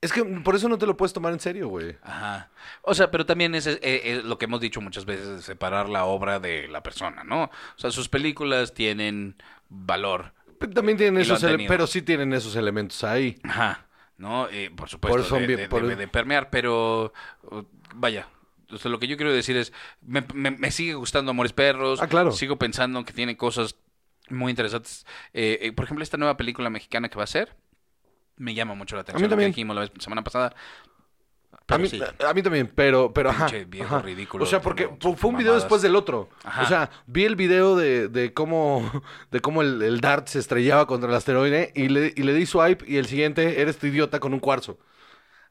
Speaker 4: Es que por eso no te lo puedes tomar en serio, güey.
Speaker 5: Ajá. O sea, pero también es, eh, eh, lo que hemos dicho muchas veces, de separar la obra de la persona, ¿no? O sea, sus películas tienen valor.
Speaker 4: Pero También tienen
Speaker 5: Y lo
Speaker 4: esos
Speaker 5: han
Speaker 4: ele-
Speaker 5: tenido.
Speaker 4: pero sí tienen esos elementos ahí.
Speaker 5: Ajá. ¿No? Eh, por supuesto,
Speaker 4: Por eso
Speaker 5: de-
Speaker 4: bien-
Speaker 5: de-
Speaker 4: por-
Speaker 5: debe de permear, pero uh, vaya. O sea, lo que yo quiero decir es, me, me- me sigue gustando Amores Perros.
Speaker 4: Ah, claro.
Speaker 5: Sigo pensando que tiene cosas muy interesantes. Eh, eh, por ejemplo, esta nueva película mexicana que va a ser, me llama mucho la atención. lo que
Speaker 4: también.
Speaker 5: dijimos la vez- semana pasada.
Speaker 4: A mí,
Speaker 5: sí.
Speaker 4: a mí también, pero, pero ajá.
Speaker 5: Pinche viejo
Speaker 4: ajá.
Speaker 5: ridículo
Speaker 4: O sea, porque
Speaker 5: haciendo
Speaker 4: fu-
Speaker 5: sus
Speaker 4: fue un video
Speaker 5: mamadas.
Speaker 4: después del otro.
Speaker 5: Ajá.
Speaker 4: O sea, vi el video de, de cómo, de cómo el, el Dart se estrellaba contra el asteroide y le, y le di swipe y el siguiente, eres tu idiota con un cuarzo.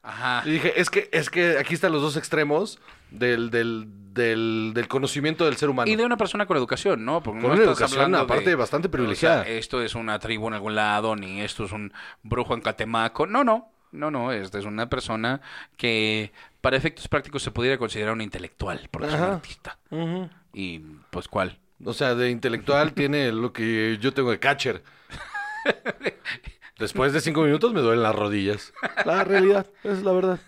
Speaker 5: Ajá.
Speaker 4: Y dije, es que, es que aquí están los dos extremos del, del, del, del conocimiento del ser humano.
Speaker 5: Y de una persona con educación, ¿no? Porque
Speaker 4: Con
Speaker 5: no
Speaker 4: una
Speaker 5: estás
Speaker 4: educación,
Speaker 5: hablando
Speaker 4: aparte,
Speaker 5: de-
Speaker 4: bastante
Speaker 5: o sea,
Speaker 4: privilegiada.
Speaker 5: esto es una tribu en algún lado, ni esto es un brujo en Catemaco. No, no. No, no. Esta es una persona que, para efectos prácticos, se pudiera considerar un intelectual, porque es un
Speaker 4: Ajá.
Speaker 5: artista.
Speaker 4: Ujú.
Speaker 5: Y, pues, ¿cuál?
Speaker 4: O sea, de intelectual tiene lo que yo tengo de catcher. Después de cinco minutos me duelen las rodillas. La realidad, es la verdad.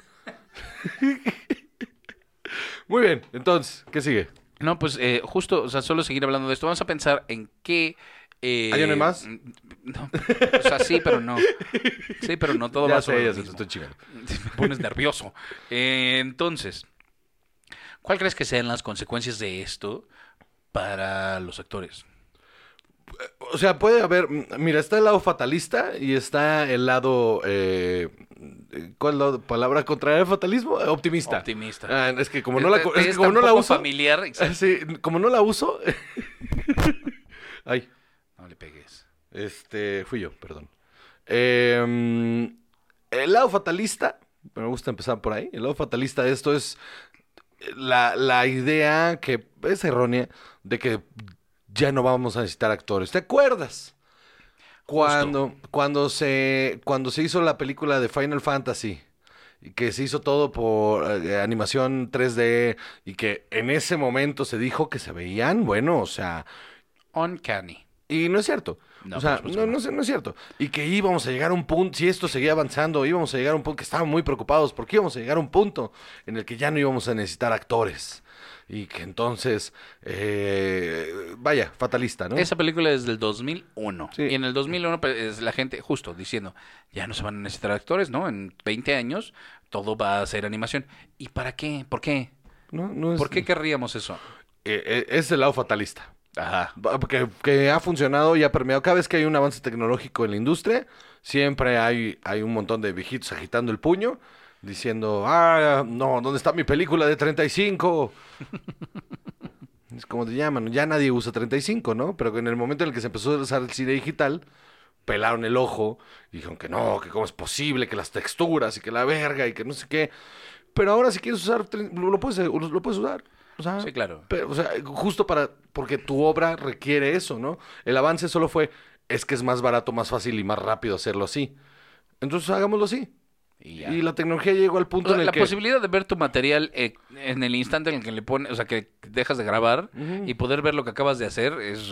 Speaker 4: Muy bien, entonces, ¿qué sigue?
Speaker 5: No, pues, eh, justo, o sea, solo seguir hablando de esto. Vamos a pensar en qué... eh,
Speaker 4: ¿Hay uno más?
Speaker 5: mm, No. O sea, sí, pero no. Sí, pero no todo
Speaker 4: Ya
Speaker 5: va
Speaker 4: sé,
Speaker 5: sobre lo
Speaker 4: ya sé, te
Speaker 5: mismo.
Speaker 4: estoy chingando.
Speaker 5: Me pones nervioso. Eh, entonces, ¿cuál crees que sean las consecuencias de esto para los actores?
Speaker 4: O sea, puede haber. mm, Mira, está el lado fatalista y está el lado. eh, ¿Cuál es la palabra contraria al fatalismo? Eh, Optimista.
Speaker 5: Optimista. Eh,
Speaker 4: Ah, es que como no la,
Speaker 5: Te-
Speaker 4: co-
Speaker 5: te
Speaker 4: es que como
Speaker 5: tan
Speaker 4: no la
Speaker 5: poco
Speaker 4: uso.
Speaker 5: familiar. exacto.
Speaker 4: Sí, como no la uso. Ay.
Speaker 5: No le pegues.
Speaker 4: Este, fui yo, perdón. Eh, el lado fatalista, me gusta empezar por ahí. El lado fatalista de esto es la, la idea que es errónea de que ya no vamos a necesitar actores. ¿Te acuerdas? Cuando, cuando, se, cuando se hizo la película de Final Fantasy, y que se hizo todo por eh, animación 3D, y que en ese momento se dijo que se veían, bueno, o sea,
Speaker 5: Uncanny.
Speaker 4: y no es cierto.
Speaker 5: No,
Speaker 4: o sea,
Speaker 5: por supuesto
Speaker 4: no,
Speaker 5: que no.
Speaker 4: no, es- no es cierto. Y que íbamos a llegar a un punto, si esto seguía avanzando, íbamos a llegar a un punto que estaban muy preocupados porque íbamos a llegar a un punto en el que ya no íbamos a necesitar actores. Y que entonces, eh, vaya, fatalista, ¿no?
Speaker 5: Esa película es del 2001.
Speaker 4: Sí.
Speaker 5: Y en el 2001 pues, es la gente justo diciendo, ya no se van a necesitar actores, ¿no? En 20 años todo va a ser animación. ¿Y para qué? ¿Por qué?
Speaker 4: No, no es-
Speaker 5: ¿Por qué querríamos eso?
Speaker 4: Eh, eh, es el lado fatalista.
Speaker 5: Ajá.
Speaker 4: Va- Que, que ha funcionado y ha permeado. Cada vez que hay un avance tecnológico en la industria, siempre hay, hay un montón de viejitos agitando el puño, diciendo, ah, no, ¿dónde está mi película de 35? es como te llaman, ya nadie usa 35, ¿no? Pero en el momento en el que se empezó a usar el cine digital, pelaron el ojo y dijeron que no, que cómo es posible, que las texturas y que la verga y que no sé qué. Pero ahora si quieres usar, tre- lo lo puedes, lo puedes usar. O sea,
Speaker 5: Sí, claro.
Speaker 4: pero, o sea, justo para, porque tu obra requiere eso, ¿no? El avance solo fue, es que es más barato, más fácil y más rápido hacerlo así. Entonces hagámoslo así.
Speaker 5: Y
Speaker 4: Y,
Speaker 5: ya.
Speaker 4: la tecnología llegó al punto
Speaker 5: O sea,
Speaker 4: en el
Speaker 5: la
Speaker 4: que...
Speaker 5: posibilidad de ver tu material eh, en el instante en el que le pones, o sea, que dejas de grabar y poder ver lo que acabas de hacer es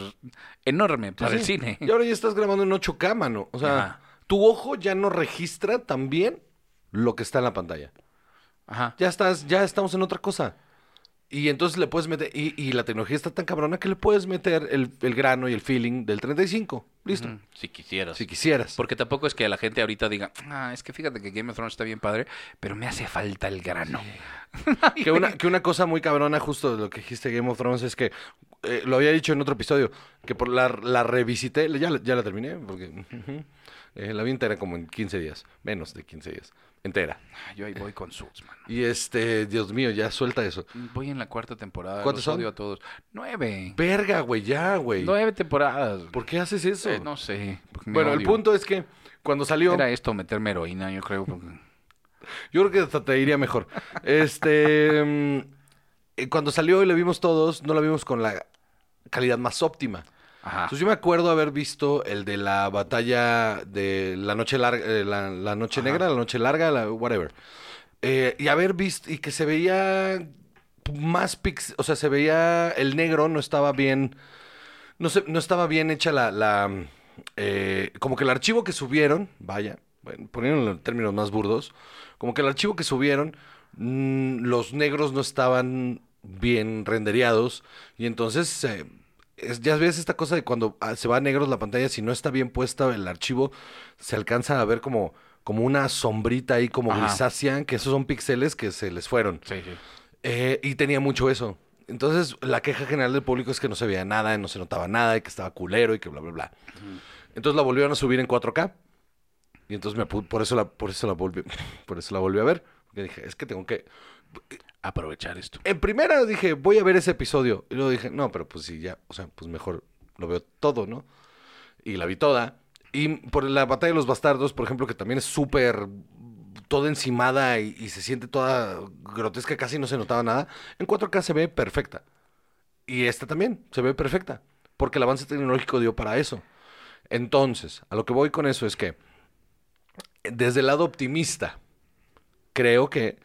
Speaker 5: enorme para
Speaker 4: Sí,
Speaker 5: el
Speaker 4: sí.
Speaker 5: cine.
Speaker 4: Y ahora ya estás grabando en 8K, mano. O sea,
Speaker 5: Ajá.
Speaker 4: tu ojo ya no registra también lo que está en la pantalla.
Speaker 5: Ajá.
Speaker 4: Ya estás, ya estamos en otra cosa. Y entonces le puedes meter, y, y la tecnología está tan cabrona que le puedes meter el, el grano y el feeling del 35. Listo.
Speaker 5: Mm, Si quisieras.
Speaker 4: Si quisieras.
Speaker 5: Porque tampoco es que la gente ahorita diga, ah, es que fíjate que Game of Thrones está bien padre, pero me hace falta el grano.
Speaker 4: Que una, que una cosa muy cabrona justo de lo que dijiste Game of Thrones es que eh, lo había dicho en otro episodio, que por la, la revisité, ya, la- ya la terminé, porque ujú, eh, la vi entera como en 15 días, menos de 15 días, entera.
Speaker 5: Ah, Yo ahí voy con Suits, mano.
Speaker 4: Y este, Dios mío, ya suelta eso.
Speaker 5: Voy en la cuarta temporada.
Speaker 4: ¿Cuántos
Speaker 5: los
Speaker 4: son?
Speaker 5: odio a todos. Nueve.
Speaker 4: Verga, güey, ya, güey.
Speaker 5: Nueve temporadas.
Speaker 4: ¿Por qué haces eso?
Speaker 5: Eh, no sé. porque me
Speaker 4: bueno, el
Speaker 5: odio.
Speaker 4: punto es que cuando salió,
Speaker 5: Era esto, meterme heroína, yo creo. porque-
Speaker 4: yo creo que hasta te iría mejor. Este, mm, eh, cuando salió y la vimos todos, no la vimos con la calidad más óptima.
Speaker 5: Ajá.
Speaker 4: Entonces yo me acuerdo haber visto el de la batalla de la noche larga, eh, la, la noche negra, la noche larga, la, whatever. Eh, y haber visto, y que se veía más pix, o sea, se veía el negro, no estaba bien, no sé, no estaba bien hecha la, la, eh, como que el archivo que subieron, vaya, bueno, poniéndolo en términos más burdos, como que el archivo que subieron, mm, los negros no estaban bien rendereados y entonces eh, es- ya ves esta cosa de cuando ah, se va a negros la pantalla, si no está bien puesta el archivo, se alcanza a ver como, como una sombrita ahí, como
Speaker 5: Ajá.
Speaker 4: grisácea, que esos son píxeles que se les fueron.
Speaker 5: Sí, sí.
Speaker 4: Eh, y tenía mucho eso. Entonces, la queja general del público es que no se veía nada, no se notaba nada, y que estaba culero y que bla, bla, bla. Entonces la volvieron a subir en 4K. Y entonces me apu- por eso la, por eso la volví, por eso la volví a ver. Porque dije, es que tengo que...
Speaker 5: Aprovechar esto.
Speaker 4: En primera dije, voy a ver ese episodio. Y luego dije, no, pero pues sí, ya, o sea, pues mejor lo veo todo, ¿no? Y la vi toda. Y por la batalla de los bastardos, por ejemplo, que también es súper toda encimada y, y se siente toda grotesca, casi no se notaba nada. En 4K se ve perfecta. Y esta también se ve perfecta. Porque el avance tecnológico dio para eso. Entonces, a lo que voy con eso es que, desde el lado optimista, creo que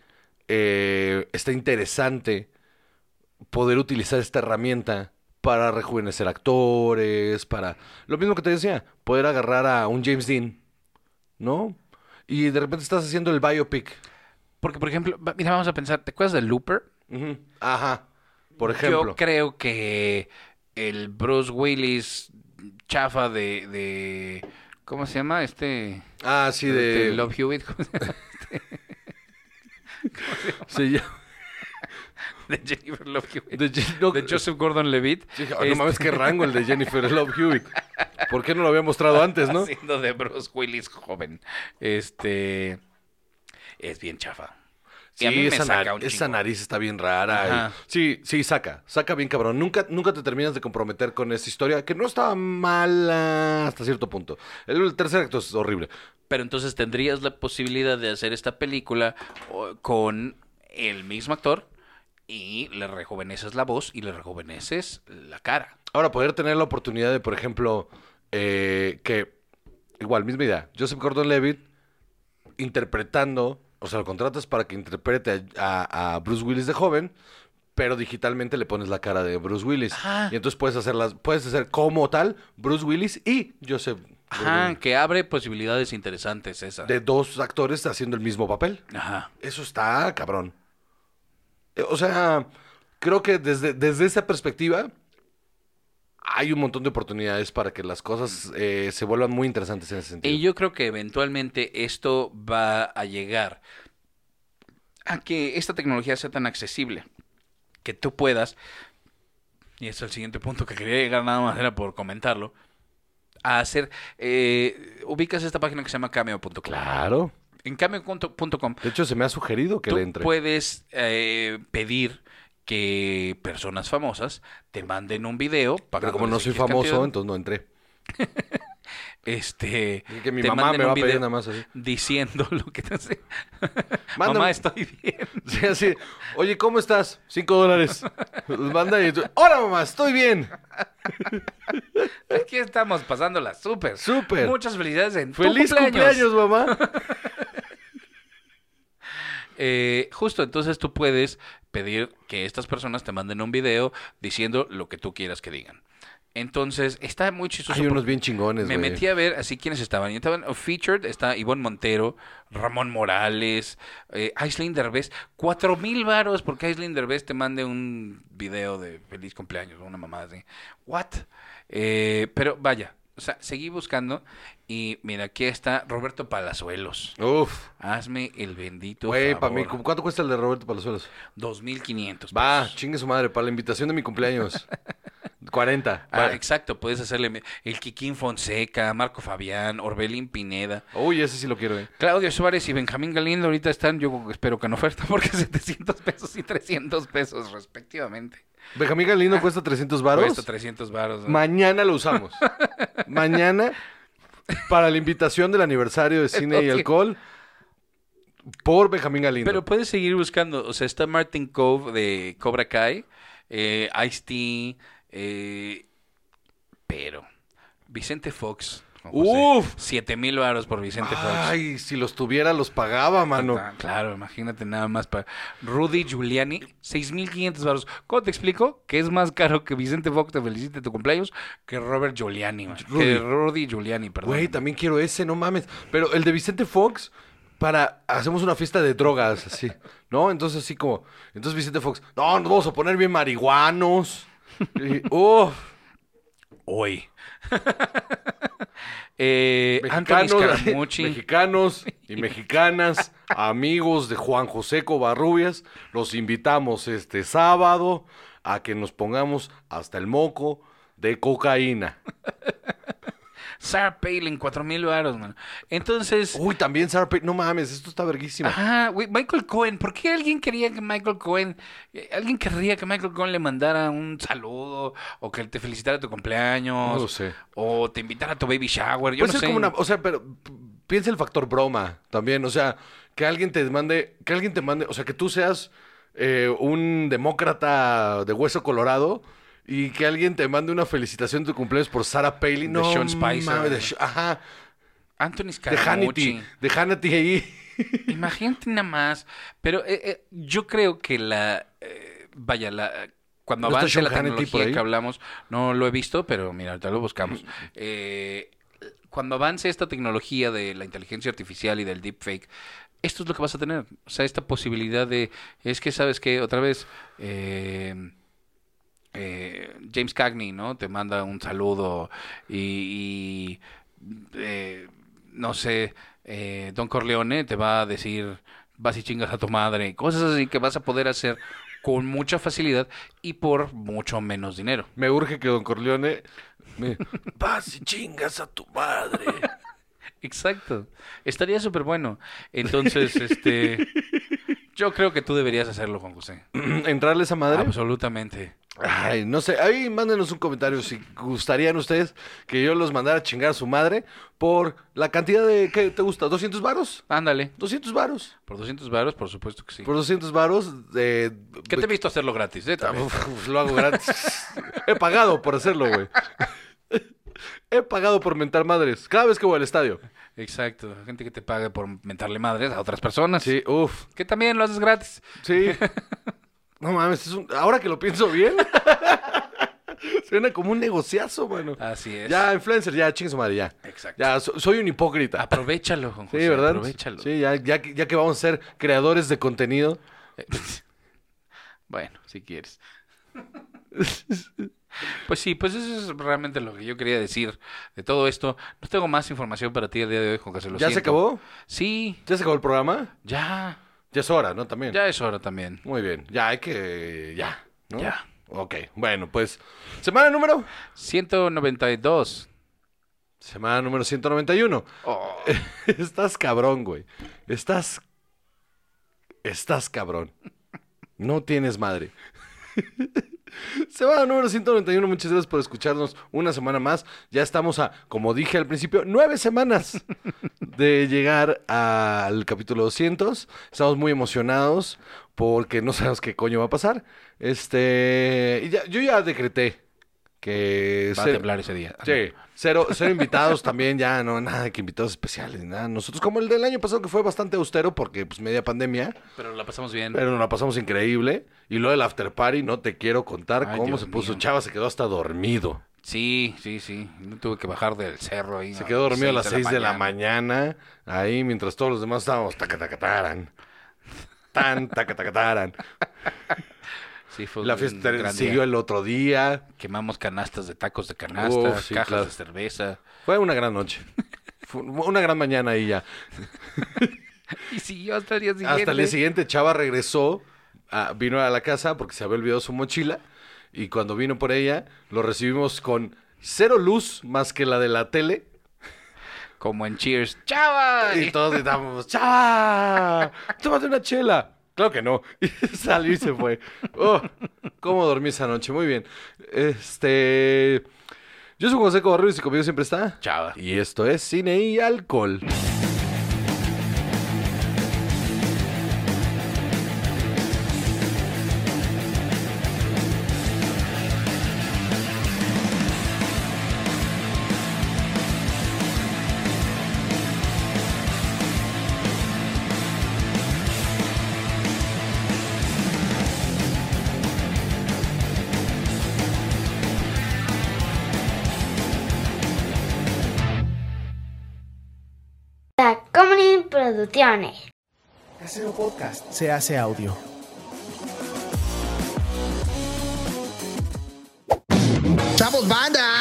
Speaker 4: eh, está interesante poder utilizar esta herramienta para rejuvenecer actores, para... Lo mismo que te decía, poder agarrar a un James Dean, ¿no? Y de repente estás haciendo el biopic.
Speaker 5: Porque, por ejemplo, va- mira, vamos a pensar, ¿te acuerdas del Looper?
Speaker 4: Ujú. Ajá. Por ejemplo.
Speaker 5: Yo creo que el Bruce Willis chafa de, de- ¿cómo se llama? Este...
Speaker 4: Ah, sí,
Speaker 5: este
Speaker 4: de...
Speaker 5: Love Hewitt. ¿cómo se llama?
Speaker 4: se llama-
Speaker 5: De Jennifer Love Hewitt.
Speaker 4: de
Speaker 5: De,
Speaker 4: Je- no,
Speaker 5: Joseph Gordon-Levitt.
Speaker 4: dije, "Ay, no mames, qué rango el de Jennifer Love Hewitt. ¿Por qué no lo había mostrado antes, no?
Speaker 5: Haciendo de Bruce Willis joven. Este... Es bien chafa. Y a mí me
Speaker 4: esa,
Speaker 5: saca
Speaker 4: nar-
Speaker 5: un
Speaker 4: esa
Speaker 5: chingo.
Speaker 4: nariz está bien rara.
Speaker 5: Ajá.
Speaker 4: y- sí, sí, saca. Saca bien cabrón. Nunca, nunca te terminas de comprometer con esa historia, que no estaba mala hasta cierto punto. El, el tercer acto es horrible.
Speaker 5: Pero entonces tendrías la posibilidad de hacer esta película o- con el mismo actor y le rejuveneces la voz y le rejuveneces la cara.
Speaker 4: Ahora, poder tener la oportunidad de, por ejemplo, eh, que, igual, misma idea, Joseph Gordon-Levitt interpretando, o sea, lo contratas para que interprete a, a- a Bruce Willis de joven, pero digitalmente le pones la cara de Bruce Willis.
Speaker 5: Ajá.
Speaker 4: Y entonces puedes hacer, las, puedes hacer como tal Bruce Willis y Joseph
Speaker 5: Ajá,
Speaker 4: Gordon-Levitt.
Speaker 5: que abre posibilidades interesantes esa.
Speaker 4: De dos actores haciendo el mismo papel.
Speaker 5: Ajá.
Speaker 4: Eso está cabrón. Eh, O sea, creo que desde, desde esa perspectiva hay un montón de oportunidades para que las cosas eh, se vuelvan muy interesantes en ese sentido.
Speaker 5: Y yo creo que eventualmente esto va a llegar a que esta tecnología sea tan accesible que tú puedas, y es el siguiente punto que quería llegar nada más era por comentarlo, a hacer, eh, ubicas esta página que se llama cameo.com.
Speaker 4: Claro.
Speaker 5: En cameo.com
Speaker 4: De hecho, se me ha sugerido que
Speaker 5: tú
Speaker 4: le entre.
Speaker 5: puedes eh, pedir que personas famosas te manden un video para
Speaker 4: Pero como no soy famoso, entonces no entré.
Speaker 5: este
Speaker 4: Dije que mi
Speaker 5: te
Speaker 4: mamá
Speaker 5: manden
Speaker 4: me
Speaker 5: un
Speaker 4: va a pedir
Speaker 5: video
Speaker 4: nada más así.
Speaker 5: diciendo lo que te hace.
Speaker 4: Mándame-
Speaker 5: Mamá, estoy bien.
Speaker 4: Sí, así. Oye, ¿cómo estás? Cinco dólares. Los manda y tú, Hola, mamá, estoy bien.
Speaker 5: Aquí estamos pasándola súper.
Speaker 4: Súper.
Speaker 5: Muchas felicidades en tu
Speaker 4: Feliz cumpleaños, mamá.
Speaker 5: Eh, justo, entonces tú puedes pedir que estas personas te manden un video diciendo lo que tú quieras que digan. Entonces, está muy chistoso.
Speaker 4: Hay unos
Speaker 5: porque-
Speaker 4: bien chingones,
Speaker 5: Me
Speaker 4: güey.
Speaker 5: metí a ver así quiénes estaban. Y estaban oh, featured, está Ivonne Montero, Ramón Morales, eh, Aislinn Derbez. Cuatro mil varos porque Aislinn Derbez te mande un video de feliz cumpleaños, una mamada así. What? Eh, pero vaya, o sea, seguí buscando y mira, aquí está Roberto Palazuelos.
Speaker 4: Uf.
Speaker 5: Hazme el bendito
Speaker 4: Güey, para mí,
Speaker 5: favor. Pues,
Speaker 4: ¿cu- ¿cuánto cuesta el de Roberto Palazuelos?
Speaker 5: 2500.
Speaker 4: Va,
Speaker 5: pesos.
Speaker 4: chingue su madre, para la invitación de mi cumpleaños. 40.
Speaker 5: Ah,
Speaker 4: va.
Speaker 5: exacto, puedes hacerle el Kikín Fonseca, Marco Fabián, Orbelín Pineda.
Speaker 4: Uy, ese sí lo quiero, eh.
Speaker 5: Claudio Suárez y Benjamín Galindo ahorita están, yo espero que en oferta, porque 700 pesos y 300 pesos respectivamente.
Speaker 4: Benjamín Galindo cuesta 300 varos.
Speaker 5: Ah, Cuesta 300 varos. ¿no?
Speaker 4: Mañana lo usamos. Mañana, para la invitación del aniversario de cine y
Speaker 5: No, sí.
Speaker 4: alcohol, por Benjamín Galindo.
Speaker 5: Pero puedes seguir buscando, o sea, está Martin Cove de Cobra Kai, eh, Ice-T, eh, pero Vicente Fox. Juan José,
Speaker 4: ¡Uf!
Speaker 5: 7 pues mil varos por Vicente Fox.
Speaker 4: Ay, si los tuviera, los pagaba, mano.
Speaker 5: Ah, Claro, imagínate nada más para Rudy Giuliani, 6.500 varos. ¿Cómo te explico? Que es más caro que Vicente Fox te felicite tu cumpleaños que Robert Giuliani, man.
Speaker 4: Rudy.
Speaker 5: Que Rudy Giuliani, perdón.
Speaker 4: Güey, también quiero ese, no mames. Pero el de Vicente Fox, para. Hacemos una fiesta de drogas, así. ¿No? Entonces, así como. Entonces, Vicente Fox, no, nos vamos a poner bien marihuanos. Y, uf.
Speaker 5: Hoy. eh, Anthony
Speaker 4: mexicanos,
Speaker 5: Scaramucci.
Speaker 4: mexicanos y mexicanas, amigos de Juan José Covarrubias, los invitamos este sábado a que nos pongamos hasta el moco de cocaína.
Speaker 5: Sarah Palin, 4 mil baros, mano. Entonces.
Speaker 4: Uy, también Sarah Palin. No mames, esto está verguísima.
Speaker 5: Ajá, güey, Michael Cohen. ¿Por qué alguien quería que Michael Cohen, eh, alguien querría que Michael Cohen le mandara un saludo o que te felicitara tu cumpleaños?
Speaker 4: No lo sé.
Speaker 5: O te invitara a tu baby shower. Yo
Speaker 4: Pues
Speaker 5: no
Speaker 4: es
Speaker 5: sé.
Speaker 4: como una, o sea, pero p- piensa el factor broma también, o sea, que alguien te mande, que alguien te mande, o sea, que tú seas eh, un demócrata de hueso colorado y que alguien te mande una felicitación de tu cumpleaños por Sarah Palin,
Speaker 5: De
Speaker 4: no,
Speaker 5: Sean Spicer.
Speaker 4: mames, de Sh- ajá,
Speaker 5: Anthony
Speaker 4: de Hannity,
Speaker 5: Scaramucci.
Speaker 4: de Hannity ahí.
Speaker 5: Imagínate nada más. Pero eh, eh, yo creo que la. eh, vaya, la. eh, Cuando
Speaker 4: ¿No está
Speaker 5: avance la
Speaker 4: Sean Hannity por
Speaker 5: tecnología
Speaker 4: ahí?
Speaker 5: que hablamos, no lo he visto, pero mira, ahorita lo buscamos. Eh, cuando avance esta tecnología de la inteligencia artificial y del deepfake, esto es lo que vas a tener. O sea, esta posibilidad de. Es que, ¿sabes que Otra vez. eh, eh, James Cagney, ¿no? Te manda un saludo y, y, eh, no sé, eh, Don Corleone te va a decir vas y chingas a tu madre, cosas así que vas a poder hacer con mucha facilidad y por mucho menos dinero.
Speaker 4: Me urge que Don Corleone me- vas y chingas a tu madre.
Speaker 5: Exacto. Estaría súper bueno. Entonces, este, yo creo que tú deberías hacerlo, Juan José.
Speaker 4: Entrarle esa madre.
Speaker 5: Ah, Absolutamente.
Speaker 4: Ay, no sé. Ahí mándenos un comentario si gustarían ustedes que yo los mandara a chingar a su madre por la cantidad de. ¿Qué te gusta? ¿200 varos?
Speaker 5: Ándale.
Speaker 4: 200 varos.
Speaker 5: Por 200 varos, por supuesto que sí.
Speaker 4: Por 200 varos. eh,
Speaker 5: ¿Qué te he visto hacerlo gratis? eh, también?
Speaker 4: uf, uf, lo hago gratis. He pagado por hacerlo, güey. He pagado por mentar madres cada vez que voy al estadio.
Speaker 5: Exacto, gente que te paga por mentarle madres a otras personas.
Speaker 4: Sí, uff.
Speaker 5: Que también lo haces gratis.
Speaker 4: Sí. No mames, es un- ahora que lo pienso bien. Suena como un negociazo, mano.
Speaker 5: Así es.
Speaker 4: Ya, influencer, ya, chingue su madre, ya.
Speaker 5: Exacto.
Speaker 4: Ya, so- soy un hipócrita.
Speaker 5: Aprovechalo, Juan
Speaker 4: Sí,
Speaker 5: José,
Speaker 4: ¿verdad?
Speaker 5: Ah, pues, Aprovechalo.
Speaker 4: Sí, ya, ya, que- ya que vamos a ser creadores de contenido.
Speaker 5: bueno, si quieres. Pues sí, pues eso es realmente lo que yo quería decir de todo esto. No tengo más información para ti el día de hoy, Juan José. lo
Speaker 4: ¿Ya se
Speaker 5: siento.
Speaker 4: acabó?
Speaker 5: Sí,
Speaker 4: ¿Ya se acabó el programa?
Speaker 5: ya.
Speaker 4: Ya es hora, ¿no? También.
Speaker 5: Ya es hora también.
Speaker 4: Muy bien. Ya hay que. Ya. ¿no?
Speaker 5: Ya.
Speaker 4: Ok. Bueno, pues. Semana número.
Speaker 5: 192.
Speaker 4: Semana número 191.
Speaker 5: Oh,
Speaker 4: Estás cabrón, güey. Estás. Estás cabrón. No tienes madre. Semana número 191. Muchas gracias por escucharnos una semana más. Ya estamos a, como dije al principio, nueve semanas de llegar al capítulo 200. Estamos muy emocionados porque no sabemos qué coño va a pasar. Este. y ya- yo ya decreté que.
Speaker 5: va a
Speaker 4: se-
Speaker 5: temblar ese día.
Speaker 4: Sí, Ah, cero, cero invitados también, ya no, nada que invitados especiales, nada. Nosotros, como el del año pasado, que fue bastante austero porque, pues, media pandemia,
Speaker 5: Pero la pasamos bien.
Speaker 4: pero nos la pasamos increíble. Y lo del after party, no te quiero contar
Speaker 5: Ay,
Speaker 4: cómo
Speaker 5: Dios
Speaker 4: se puso.
Speaker 5: mío.
Speaker 4: Chava se quedó hasta dormido.
Speaker 5: Sí, sí, sí. No tuve que bajar del cerro ahí.
Speaker 4: Se quedó dormido a las 6 de la
Speaker 5: mañana.
Speaker 4: mañana, ahí mientras todos los demás estábamos tacatacataran. Tan tacatacataran.
Speaker 5: Sí, fue
Speaker 4: La
Speaker 5: Pues, un
Speaker 4: fiesta
Speaker 5: gran
Speaker 4: siguió
Speaker 5: día.
Speaker 4: el otro día.
Speaker 5: Quemamos canastas de tacos de canasta,
Speaker 4: Uf, sí,
Speaker 5: cajas
Speaker 4: claro.
Speaker 5: de cerveza.
Speaker 4: Fue una gran noche. Fue una gran mañana ahí ya.
Speaker 5: Y siguió hasta el día siguiente.
Speaker 4: Hasta el día siguiente, Chava regresó, a- vino a la casa porque se había olvidado su mochila. Y cuando vino por ella, lo recibimos con cero luz más que la de la tele.
Speaker 5: Como en Cheers. ¡Chava!
Speaker 4: Y todos gritamos, ¡Chava! ¡Tómate una chela! Claro que no. Y salió y se fue. Oh, ¿Cómo dormí esa noche? Muy bien. Este. Yo soy José Cobarro y si conmigo siempre está.
Speaker 5: Chava.
Speaker 4: Y esto es Cine y Alcohol.
Speaker 1: Tacomunin Producciones.
Speaker 2: Casero Podcast se hace audio.
Speaker 3: ¡Chavos, banda!